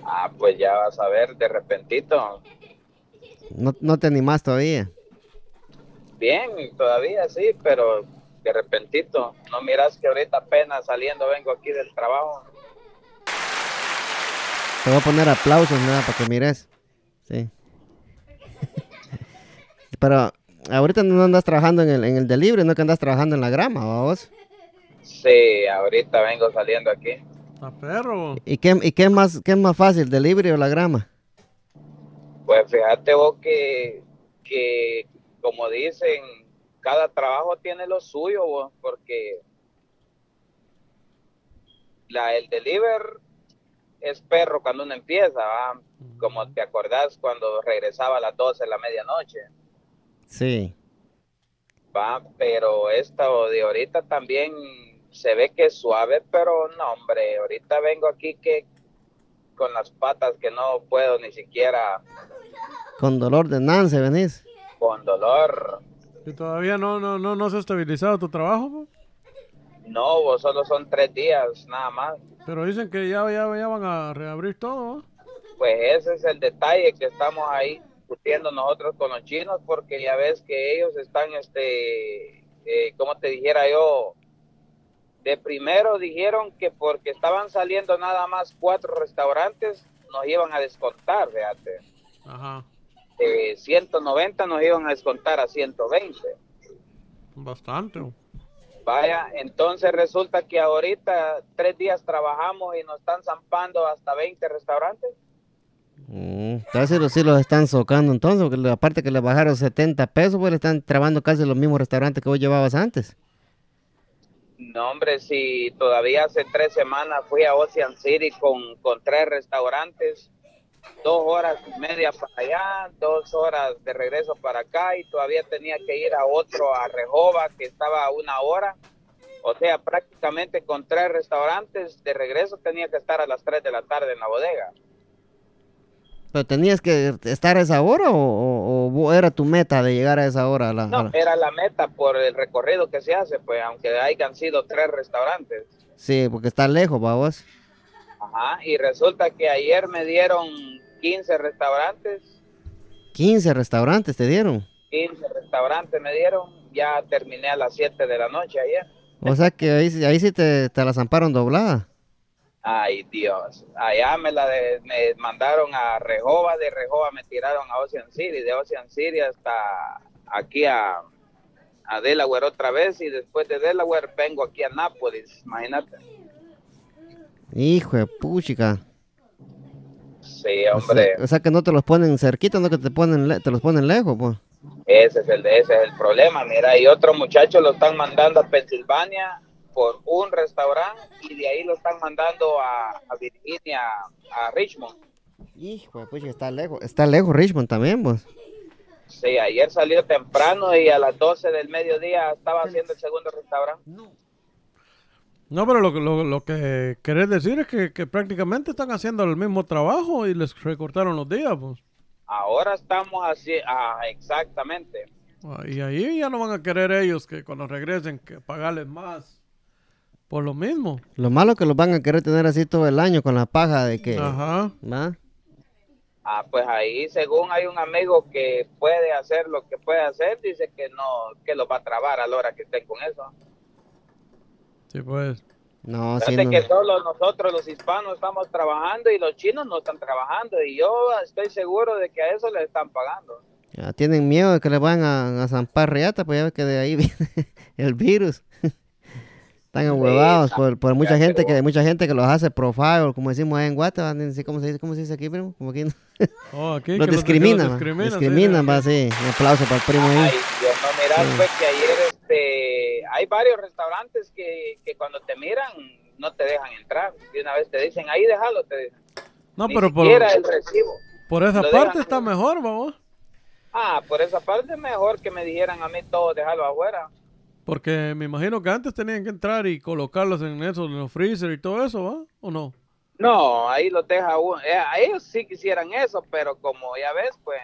Speaker 5: Ah, pues ya vas a ver, de repentito.
Speaker 1: No, no te animás todavía.
Speaker 5: Bien, todavía sí, pero de repentito. No miras que ahorita apenas saliendo vengo aquí del trabajo.
Speaker 1: Te voy a poner aplausos, nada, para que mires. Sí. Pero ahorita no andas trabajando en el, en el delivery, no que andas trabajando en la grama, ¿va vos?
Speaker 5: Sí, ahorita vengo saliendo aquí.
Speaker 2: Está perro.
Speaker 1: ¿Y qué, y qué es más, qué es más fácil, delivery o la grama?
Speaker 5: Pues fíjate vos que, que, como dicen, cada trabajo tiene lo suyo, vos, porque la, el deliver es perro cuando uno empieza, ¿va? como te acordás cuando regresaba a las 12 de la medianoche,
Speaker 1: Sí.
Speaker 5: ¿va? pero esto de ahorita también se ve que es suave, pero no, hombre, ahorita vengo aquí que con las patas que no puedo ni siquiera
Speaker 1: Con dolor de nance venís.
Speaker 5: con dolor.
Speaker 2: ¿Y todavía no, no, no, no se ha estabilizado tu trabajo? po?
Speaker 5: No, vos solo son tres días nada más.
Speaker 2: Pero dicen que ya, ya, ya van a reabrir todo. ¿no?
Speaker 5: Pues ese es el detalle que estamos ahí discutiendo nosotros con los chinos, porque ya ves que ellos están, este, eh, como te dijera yo, de primero dijeron que porque estaban saliendo nada más cuatro restaurantes, nos iban a descontar, fíjate.
Speaker 2: Ajá.
Speaker 5: De 190 nos iban a descontar a 120.
Speaker 2: Bastante. po.
Speaker 5: Vaya, entonces resulta que ahorita tres días trabajamos y nos están zampando hasta 20 restaurantes.
Speaker 1: Mm, casi los sí los están socando entonces, porque le- aparte que le bajaron 70 pesos, pues le están trabando casi los mismos restaurantes que vos llevabas antes.
Speaker 5: No, hombre, si todavía hace tres semanas fui a Ocean City con, con tres restaurantes, dos horas y media para allá, dos horas de regreso para acá y todavía tenía que ir a otro, a Rejova, que estaba a una hora. O sea, prácticamente con tres restaurantes de regreso tenía que estar a las tres de la tarde en la bodega.
Speaker 1: ¿Pero tenías que estar a esa hora o, o- o vo- era tu meta de llegar a esa hora? a la- a
Speaker 5: No, eh.
Speaker 1: la-
Speaker 5: era la meta por el recorrido que se hace, pues aunque hayan sido tres restaurantes.
Speaker 1: Sí, porque está lejos, va vos.
Speaker 5: Ajá, y resulta que ayer me dieron 15 restaurantes
Speaker 1: 15 restaurantes te dieron.
Speaker 5: 15 restaurantes me dieron, ya terminé a las 7 de la noche ayer.
Speaker 1: O sea que ahí, sí- ahí sí te, te la zamparon doblada.
Speaker 5: Ay Dios, allá me la de- me mandaron a Rejova, de Rejova me tiraron a Ocean City, de Ocean City hasta aquí a, a Delaware otra vez y después de Delaware vengo aquí a Nápoles, imagínate.
Speaker 1: Hijo de puchica.
Speaker 5: Sí,
Speaker 1: O sea,
Speaker 5: hombre,
Speaker 1: o sea eh, que no te los ponen cerquita, no que te ponen le- te los ponen lejos, pues.
Speaker 5: ese es el, ese es el problema, mira, y otro muchacho lo están mandando a Pensilvania por un restaurante y de ahí lo están mandando a, a Virginia, a Richmond.
Speaker 1: Hijo de pucha, está lejos. Está lejos Richmond también, pues. vos.
Speaker 5: Sí, ayer salió temprano y a las 12 del mediodía estaba haciendo el segundo restaurante.
Speaker 2: No, pero lo, que- lo, lo que querés decir es que, que prácticamente están haciendo el mismo trabajo y les recortaron los días. Pues.
Speaker 5: Ahora estamos así, ah, exactamente.
Speaker 2: Ah, Y ahí ya no van a querer ellos que cuando regresen que pagarles más por lo mismo.
Speaker 1: Lo malo que los van a querer tener así todo el año con la paja de que...
Speaker 2: Ajá.
Speaker 1: ¿va?
Speaker 5: Ah, pues ahí, según hay un amigo que puede hacer lo que puede hacer, dice que no, que lo va a trabar a la hora que estén con eso.
Speaker 2: Sí, pues.
Speaker 1: No, sí,
Speaker 5: Fíjate
Speaker 1: no.
Speaker 5: que solo nosotros los hispanos estamos trabajando y los chinos no están trabajando y yo estoy seguro de que a eso le están pagando.
Speaker 1: Ya tienen miedo de que le van a, a zampar reata, pues ya ves que de ahí viene el virus. Están ahuevados por, por mucha
Speaker 5: ya,
Speaker 1: gente
Speaker 5: pero-
Speaker 1: que mucha gente que los hace profile, como decimos ahí en Guatemala, ¿cómo se dice, cómo se dice aquí, primo? Como aquí no-
Speaker 2: Oh, aquí
Speaker 1: los
Speaker 2: que
Speaker 1: discriminan,
Speaker 2: los
Speaker 1: va,
Speaker 2: discriminan, sí,
Speaker 1: discriminan,
Speaker 2: sí.
Speaker 1: va, sí. Un aplauso para el primo ahí.
Speaker 5: Ay, Dios, no, mira, pues que ayer este, hay varios restaurantes que, que cuando te miran no te dejan entrar. Y una vez te dicen, ahí déjalo, te dicen.
Speaker 2: No,
Speaker 5: Ni
Speaker 2: pero por,
Speaker 5: siquiera el recibo.
Speaker 2: por esa
Speaker 5: lo dejan
Speaker 2: parte está
Speaker 5: fuera.
Speaker 2: mejor, vamos.
Speaker 5: Ah, por esa parte mejor que me dijeran a mí todo, déjalo afuera.
Speaker 2: Porque me imagino que antes tenían que entrar y colocarlos en eso, en los freezer y todo eso, ¿va? ¿O no?
Speaker 5: No, ahí lo deja uno. Eh, a ellos sí quisieran eso, pero como ya ves, pues...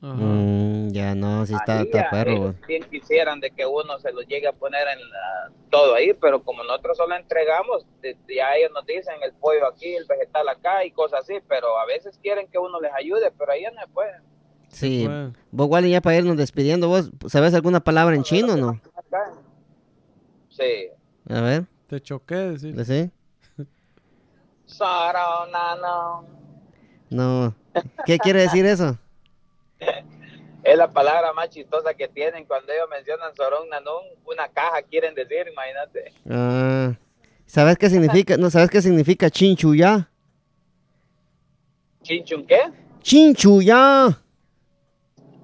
Speaker 2: Ajá.
Speaker 1: Mm, ya no, sí está,
Speaker 5: ahí
Speaker 1: está
Speaker 5: a
Speaker 1: perro. pues.
Speaker 5: ellos
Speaker 1: güey.
Speaker 5: bien quisieran de que uno se lo llegue a poner en la- todo ahí, pero como nosotros solo entregamos, de- ya ellos nos dicen el pollo aquí, el vegetal acá y cosas así, pero a veces quieren que uno les ayude, pero pues, ellos no pueden.
Speaker 1: Sí.
Speaker 2: Bueno.
Speaker 1: Vos, Wally, ya para irnos despidiendo, ¿vos sabés alguna palabra en chino o no?
Speaker 5: Acá. Sí.
Speaker 1: A ver, pues
Speaker 2: Te choqué, decir.
Speaker 1: ¿sí?
Speaker 5: Sara, no, no.
Speaker 1: No. ¿Qué quiere decir eso?
Speaker 5: Es la palabra más chistosa que tienen cuando ellos mencionan Sorón Nanón, una caja quieren decir, imagínate.
Speaker 1: Ah, ¿Sabes qué significa? No, ¿sabes qué significa chinchuya?
Speaker 5: ¿Chinchun qué?
Speaker 1: ¡Chinchuya!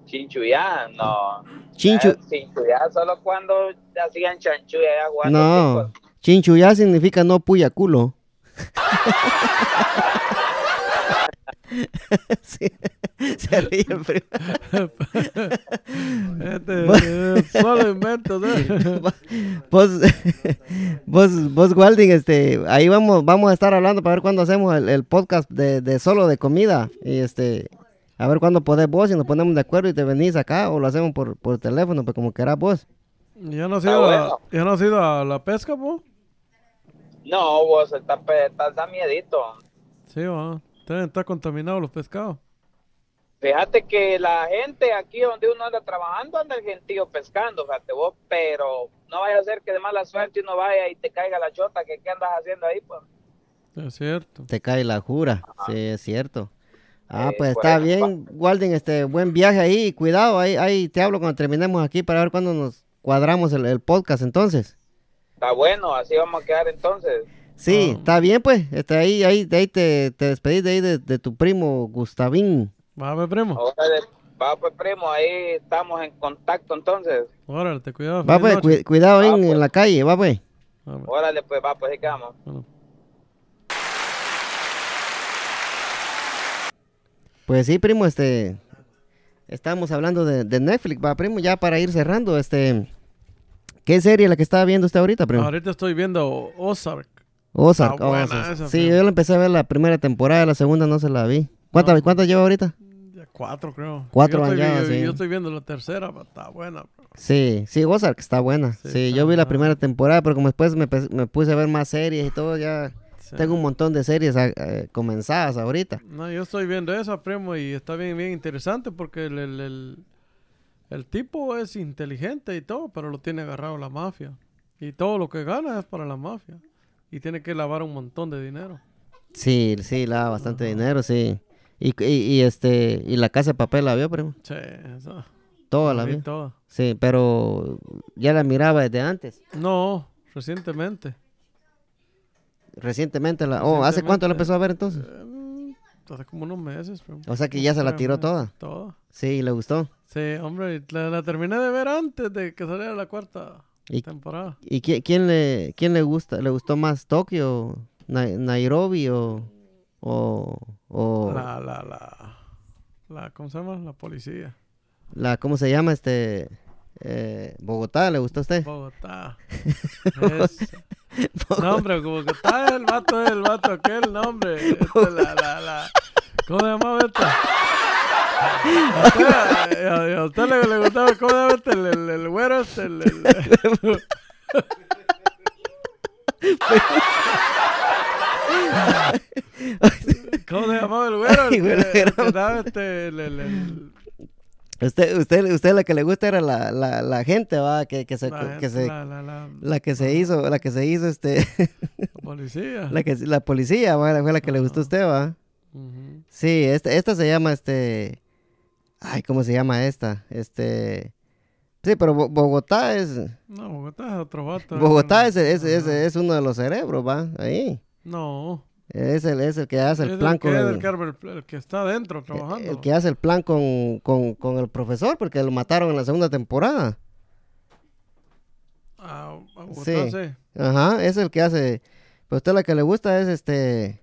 Speaker 5: Chinchuyá, no.
Speaker 1: Chinchu...
Speaker 5: Eh, Chinchuyá, solo cuando hacían chanchuya allá jugando. fútbol.
Speaker 1: No. Chinchuya significa no puya culo. Sí, Se ríe, primo.
Speaker 2: Este, eh, solo invento, ¿sí?
Speaker 1: Vos, vos, vos, Walding, este, ahí vamos, vamos a estar hablando para ver cuándo hacemos el, el podcast de, de solo de comida. Y este, a ver cuándo podés vos, si nos ponemos de acuerdo y te venís acá o lo hacemos por, por teléfono, pues como querás vos.
Speaker 2: ¿Ya no has
Speaker 5: Ah,
Speaker 2: ido, a,
Speaker 5: bueno.
Speaker 2: ya no has ido a la pesca, po?
Speaker 5: No, vos, está, pe- está, da miedito.
Speaker 2: Sí, va. Están está contaminados los pescados.
Speaker 5: Fíjate que la gente aquí donde uno anda trabajando, anda el gentío pescando, fíjate vos, pero no vaya a ser que de mala suerte uno vaya y te caiga la chota, que qué andas haciendo ahí, pues.
Speaker 2: Es cierto.
Speaker 1: Te cae la jura, sí, es cierto. Ah,
Speaker 5: Eh,
Speaker 1: pues está
Speaker 5: bueno,
Speaker 1: bien, Walding, este, buen viaje ahí, cuidado, ahí, ahí te hablo cuando terminemos aquí para ver cuándo nos cuadramos el, el podcast entonces.
Speaker 5: Está bueno, así vamos a quedar entonces.
Speaker 1: Sí,
Speaker 2: Ah.
Speaker 1: está bien pues, este, ahí, ahí, de ahí te, te despedís de ahí de, de tu primo Gustavín.
Speaker 2: Va, ve, primo.
Speaker 5: Órale, va pues primo, ahí estamos en contacto entonces.
Speaker 2: Órale, te cuidado.
Speaker 1: Va pues,
Speaker 2: feliz noche.
Speaker 1: cui- cuidado ahí
Speaker 5: Ah,
Speaker 1: en, en
Speaker 5: pues.
Speaker 1: la calle, va pues.
Speaker 2: Ah, va.
Speaker 5: Órale, pues va, pues ahí quedamos.
Speaker 2: Bueno.
Speaker 1: Pues sí, primo, este, estábamos hablando de, de Netflix, va primo, ya para ir cerrando, este, ¿qué serie la que estaba viendo usted ahorita, primo?
Speaker 2: Ahorita estoy viendo Ozark.
Speaker 1: Ozark,
Speaker 2: Está buena
Speaker 1: Ozark.
Speaker 2: esa,
Speaker 1: Sí,
Speaker 2: fíjate.
Speaker 1: yo la empecé a ver la primera temporada, la segunda no se la vi. ¿Cuántas cuántas lleva ahorita?
Speaker 2: Ya Cuatro, creo.
Speaker 1: Cuatro
Speaker 2: yo estoy,
Speaker 1: van ya,
Speaker 2: yo-
Speaker 1: sí.
Speaker 2: yo estoy viendo la tercera, pero está buena. bro.
Speaker 1: Sí, sí, Ozark está buena. Sí,
Speaker 2: Sí, está
Speaker 1: yo vi la
Speaker 2: buena.
Speaker 1: primera temporada, pero como después me, pe- me puse a ver más series y todo, ya
Speaker 2: Sí.
Speaker 1: tengo un montón de series ah, eh, comenzadas ahorita.
Speaker 2: No, yo estoy viendo esa, primo, y está bien, bien interesante porque el, el, el- el tipo es inteligente y todo, pero lo tiene agarrado la mafia. Y todo lo que gana es para la mafia. Y tiene que lavar un montón de dinero.
Speaker 1: Sí, sí, la bastante dinero, sí. Y, y- y, este, y la casa de papel la vio, primo.
Speaker 2: Sí, esa.
Speaker 1: Toda
Speaker 2: la
Speaker 1: la
Speaker 2: vi
Speaker 1: vio.
Speaker 2: toda.
Speaker 1: Sí, pero ya la miraba desde antes.
Speaker 2: No, recientemente.
Speaker 1: Recientemente la. Oh, ¿hace cuánto la
Speaker 2: Recientemente.
Speaker 1: empezó a ver entonces?
Speaker 2: Mm, Hace como unos meses. primo.
Speaker 1: O sea que ya se la tiró toda.
Speaker 2: Toda.
Speaker 1: Sí, le gustó.
Speaker 2: Sí, hombre, y la, la terminé de ver antes de que saliera la cuarta
Speaker 1: ¿Y
Speaker 2: temporada.
Speaker 1: ¿Y qui- quién le, quién le gusta? ¿Le gustó más Tokio, Nai- Nairobi o, o, o la.
Speaker 2: La, la, la, la, ¿cómo se llama? La policía.
Speaker 1: cómo se llama este eh, Bogotá? ¿Le gustó a usted?
Speaker 2: Bogotá. Esa. No, hombre, Bogotá es el vato, Este, es el vato aquel, no, hombre. Esta es la, la, la. ¿Cómo se llamaba esta? este? A usted, a- a- a usted le, le gustaba, ¿cómo se llama este? El, el, el güero este, el- el- el- ¿Cómo se llamaba el güero? El,
Speaker 1: Ay, güey, la
Speaker 2: que- el que
Speaker 1: gran-
Speaker 2: daba este, el- el- el-
Speaker 1: Usted, usted, usted la que le gusta era la, la, la gente, va, que, que se,
Speaker 2: la,
Speaker 1: que se,
Speaker 2: la- la- la-
Speaker 1: la que se hizo, la que se hizo, este,
Speaker 2: la policía.
Speaker 1: la que, la policía, va, fue la que le gustó a usted, va.
Speaker 2: Ujú.
Speaker 1: Sí, esta, esta se llama, este, ay, ¿cómo se llama esta? Este, sí, pero Bo- Bogotá es,
Speaker 2: No, Bogotá es otro vato. eh,
Speaker 1: Bogotá es, es, es-
Speaker 2: Ajá.
Speaker 1: es uno de los cerebros, va, ahí.
Speaker 2: No.
Speaker 1: Es el, es el que hace
Speaker 2: es
Speaker 1: el plan
Speaker 2: que,
Speaker 1: con
Speaker 2: es
Speaker 1: el-
Speaker 2: el, que arma el- el que está adentro trabajando.
Speaker 1: el que hace el plan con, con, con el profesor, porque lo mataron en la segunda temporada.
Speaker 2: Ah, a Bogotá,
Speaker 1: Sí.
Speaker 2: sí.
Speaker 1: Ajá, es el que hace. Pues usted la que le gusta es este.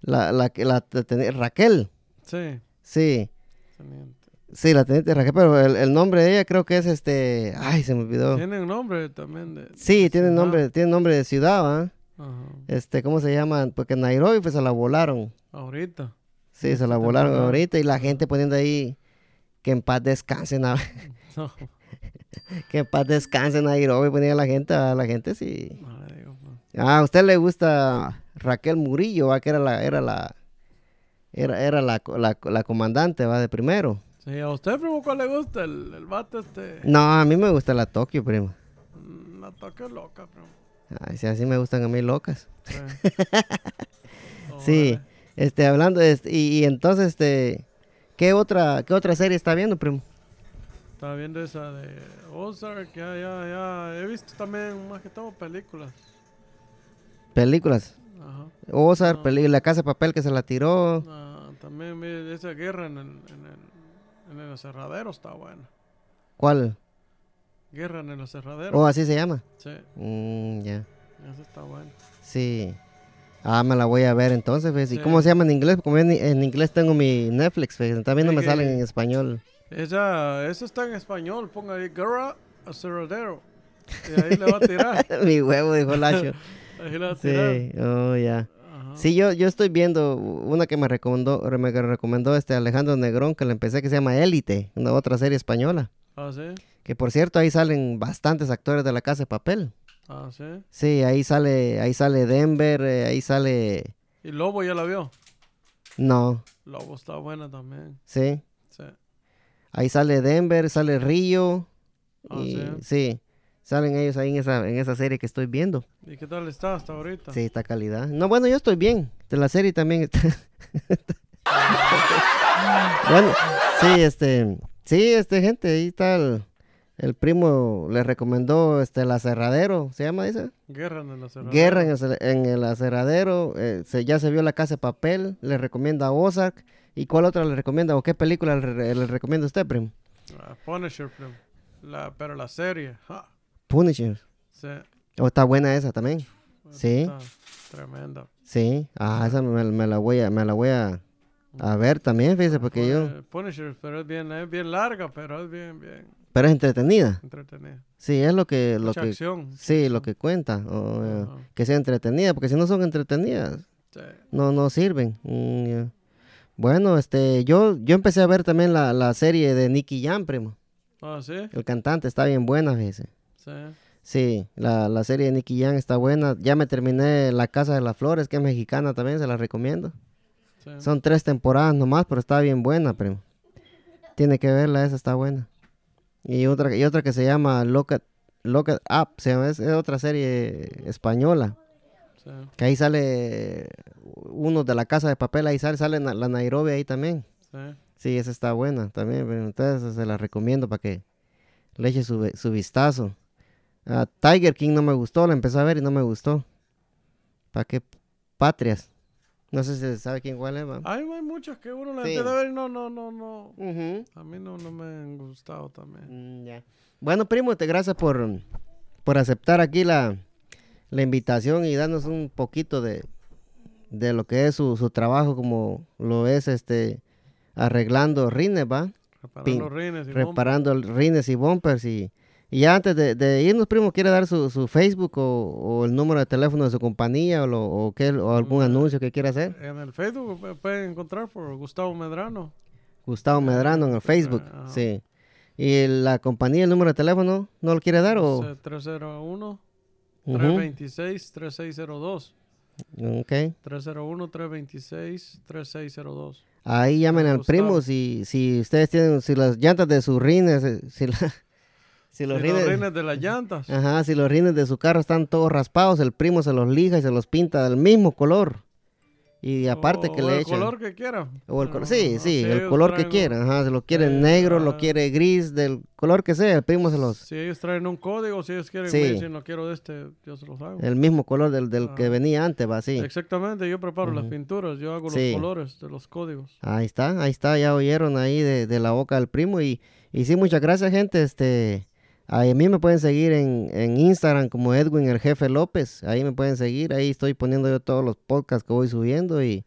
Speaker 1: La, la, que- la, la teni- Raquel.
Speaker 2: Sí,
Speaker 1: Sí,
Speaker 2: teniente.
Speaker 1: sí, la teniente Raquel, pero el, el nombre de ella creo que es este. Ay, se me olvidó.
Speaker 2: Tienen nombre también de...
Speaker 1: Sí, tiene
Speaker 2: ciudad?
Speaker 1: nombre, tiene nombre de ciudad, ¿va?
Speaker 2: Ajá.
Speaker 1: Este, ¿cómo se llaman? Porque en Nairobi pues se la volaron.
Speaker 2: Ahorita.
Speaker 1: Sí, se la
Speaker 2: esta
Speaker 1: volaron
Speaker 2: temporada.
Speaker 1: ahorita y la gente poniendo ahí que en paz descansen, a-
Speaker 2: No,
Speaker 1: que en paz descansen Nairobi, ponía la gente, a la gente sí.
Speaker 2: no le digo, no.
Speaker 1: Ah, a usted le gusta Raquel Murillo, va, que era la, era la, era, era la, co- la, la comandante, va, de primero.
Speaker 2: Sí, a usted, primo, ¿cuál le gusta? El, el vato este...
Speaker 1: No, a mí me gusta la Tokio, primo.
Speaker 2: mm, La toque loca, primo.
Speaker 1: Ay, si así me gustan a mí locas.
Speaker 2: Sí.
Speaker 1: Sí,
Speaker 2: Órale.
Speaker 1: este, hablando, de este, y, y entonces, este, ¿qué otra, qué otra serie está viendo, primo?
Speaker 2: Estaba viendo esa de Ozark, ya, ya, ya. He visto también, más que todo, películas.
Speaker 1: Películas.
Speaker 2: Ajá.
Speaker 1: Ozark,
Speaker 2: No.
Speaker 1: peli- La Casa de Papel que se la tiró.
Speaker 2: Ah, también vi esa guerra en el, en el, en el aserradero está buena.
Speaker 1: ¿Cuál?
Speaker 2: Guerra en el aserradero.
Speaker 1: Oh, así se llama.
Speaker 2: Sí,
Speaker 1: Mm, ya.
Speaker 2: esa está buena.
Speaker 1: Sí. Ah, me la voy a ver entonces, ¿ves? ¿Y
Speaker 2: Sí.
Speaker 1: cómo se llama en inglés? Como en, en inglés tengo mi Netflix, ¿ves? También no
Speaker 2: Es
Speaker 1: me
Speaker 2: que-
Speaker 1: salen en español.
Speaker 2: Esa, esa está en español, ponga ahí guerra aserradero. Y ahí le va a tirar.
Speaker 1: mi huevo, dijo Lacho.
Speaker 2: Ahí le va a tirar.
Speaker 1: sí, oh, ya.
Speaker 2: Ajá.
Speaker 1: Sí, yo, yo estoy viendo una que me recomendó, me recomendó este Alejandro Negrón, que la empecé, que se llama Élite, una otra serie española.
Speaker 2: Ah, sí.
Speaker 1: Que por cierto, ahí salen bastantes actores de la Casa de Papel.
Speaker 2: Ah, sí.
Speaker 1: Sí, ahí sale, ahí sale Denver, eh, ahí sale...
Speaker 2: Y Lobo ya la vio.
Speaker 1: No,
Speaker 2: Lobo está buena también.
Speaker 1: sí.
Speaker 2: Sí.
Speaker 1: Ahí sale Denver, sale Río.
Speaker 2: Ah,
Speaker 1: y-
Speaker 2: ¿sí?
Speaker 1: sí. Salen ellos ahí en esa, en esa serie que estoy viendo.
Speaker 2: ¿Y qué tal está hasta ahorita?
Speaker 1: Sí, está calidad. No, bueno, yo estoy bien. De la serie también está. bueno, sí, este. Sí, este, gente, ahí está el, el primo. Le recomendó este el aserradero. ¿Se llama esa?
Speaker 2: Guerra en el aserradero.
Speaker 1: Guerra en el, aser- en el aserradero. eh, se, ya se vio la casa de papel. Le recomienda Ozark. ¿Y cuál otra le recomienda o qué película le, re- le recomienda a usted, primo?
Speaker 2: Ah, Punisher, primo. La, pero la serie. Ja.
Speaker 1: Punisher.
Speaker 2: Sí.
Speaker 1: ¿O está buena esa también? Sí.
Speaker 2: Está tremenda.
Speaker 1: Sí, ah, esa me, me la voy a, me la voy a, a ver también, fíjese, porque yo,
Speaker 2: Pone- Punisher, pero es bien, es bien larga, pero es bien, bien
Speaker 1: pero es entretenida.
Speaker 2: entretenida.
Speaker 1: Sí, es lo que, lo
Speaker 2: Mucha
Speaker 1: que,
Speaker 2: acción.
Speaker 1: sí, lo que cuenta, o, eh,
Speaker 2: Ajá.
Speaker 1: que sea entretenida, porque si no son entretenidas,
Speaker 2: Sí.
Speaker 1: no, no sirven. Mm, ya. Bueno, este, yo, yo empecé a ver también la, la serie de Nicky Jam, primo.
Speaker 2: Ah, sí,
Speaker 1: El cantante está bien buena, fíjese.
Speaker 2: sí.
Speaker 1: Sí, la, la serie de Nicky Jam está buena. Ya me terminé La Casa de las Flores, que es mexicana también, se la recomiendo.
Speaker 2: sí.
Speaker 1: Son tres temporadas nomás, pero está bien buena, primo. Tiene que verla, esa está buena. Y otra, y otra que se llama Lock It, Lock It Up, se llama, es, es otra serie española.
Speaker 2: sí.
Speaker 1: Que ahí sale uno de la casa de papel, ahí sale, sale na- la Nairobi ahí también.
Speaker 2: sí.
Speaker 1: Sí, esa está buena también, primo. entonces se la recomiendo para que le eche su, ve- su vistazo. Ah, Tiger King no me gustó, la empecé a ver y no me gustó. ¿Para qué patrias? No sé si se sabe quién cuál es, va.
Speaker 2: Hay, hay muchas que uno la
Speaker 1: Sí.
Speaker 2: empieza a ver y no, no, no, no.
Speaker 1: Ujú.
Speaker 2: A mí no, no me han gustado también.
Speaker 1: Mm, ya. Bueno, primo, te gracias por, por aceptar aquí la, la invitación y darnos un poquito de, de lo que es su, su trabajo, como lo es este arreglando rines, ¿va?
Speaker 2: Reparar
Speaker 1: Pin-
Speaker 2: los rines y
Speaker 1: Reparando rines y bumpers. Y, y ya antes de, de irnos, primo, ¿quiere dar su, su Facebook o, o el número de teléfono de su compañía o, lo- o qué- o algún anuncio que quiera hacer?
Speaker 2: bomba. En el Facebook me pueden encontrar por Gustavo Medrano.
Speaker 1: Gustavo Medrano en el Facebook.
Speaker 2: Ajá.
Speaker 1: Sí. ¿Y la compañía, el número de teléfono, no lo quiere dar o...?
Speaker 2: 301
Speaker 1: Ujú.
Speaker 2: 326 3602.
Speaker 1: Ok.
Speaker 2: 301 326 3602.
Speaker 1: Ahí llamen al
Speaker 2: Gustavo.
Speaker 1: primo si, si ustedes tienen, si las llantas de sus rines, eh, si, la- si los
Speaker 2: Y
Speaker 1: rines...
Speaker 2: de las llantas.
Speaker 1: Ajá, si los rines de su carro están todos raspados, el primo se los lija y se los pinta del mismo color. Y aparte
Speaker 2: O-
Speaker 1: que
Speaker 2: o
Speaker 1: le
Speaker 2: el
Speaker 1: echa...
Speaker 2: color que quiera.
Speaker 1: O el color,
Speaker 2: Ah,
Speaker 1: sí, sí, el
Speaker 2: ellos
Speaker 1: color que
Speaker 2: traen un-
Speaker 1: quiera. Ajá, si lo quiere
Speaker 2: Sí,
Speaker 1: negro, lo
Speaker 2: ajá.
Speaker 1: quiere gris, del color que sea, el primo se los.
Speaker 2: Si ellos traen un código, si ellos quieren,
Speaker 1: Sí.
Speaker 2: me dicen, no quiero de este, yo se los hago.
Speaker 1: El mismo color del, del que
Speaker 2: Ajá.
Speaker 1: venía antes, va así.
Speaker 2: Exactamente, yo preparo las pinturas, yo hago
Speaker 1: Sí.
Speaker 2: los colores de los códigos.
Speaker 1: Ahí está, ahí está, ya oyeron ahí de, de la boca del primo. Y, y sí, muchas gracias, gente. Este, ahí a mí me pueden seguir en, en Instagram como Edwin el Jefe López. Ahí me pueden seguir, ahí estoy poniendo yo todos los podcasts que voy subiendo. Y,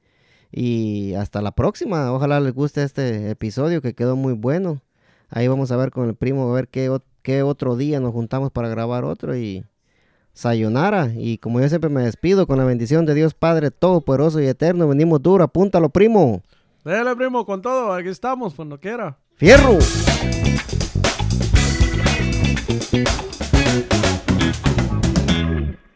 Speaker 1: y hasta la próxima. Ojalá les guste este episodio que quedó muy bueno. Ahí vamos a ver con el primo, a ver qué, ot- qué otro día nos juntamos para grabar otro. Y sayonara. Y como yo siempre me despido, con la bendición de Dios Padre Todopoderoso y Eterno, venimos duro. Apúntalo, primo.
Speaker 2: Dale, primo, con todo, aquí estamos, cuando quiera.
Speaker 1: Fierro.
Speaker 6: Thank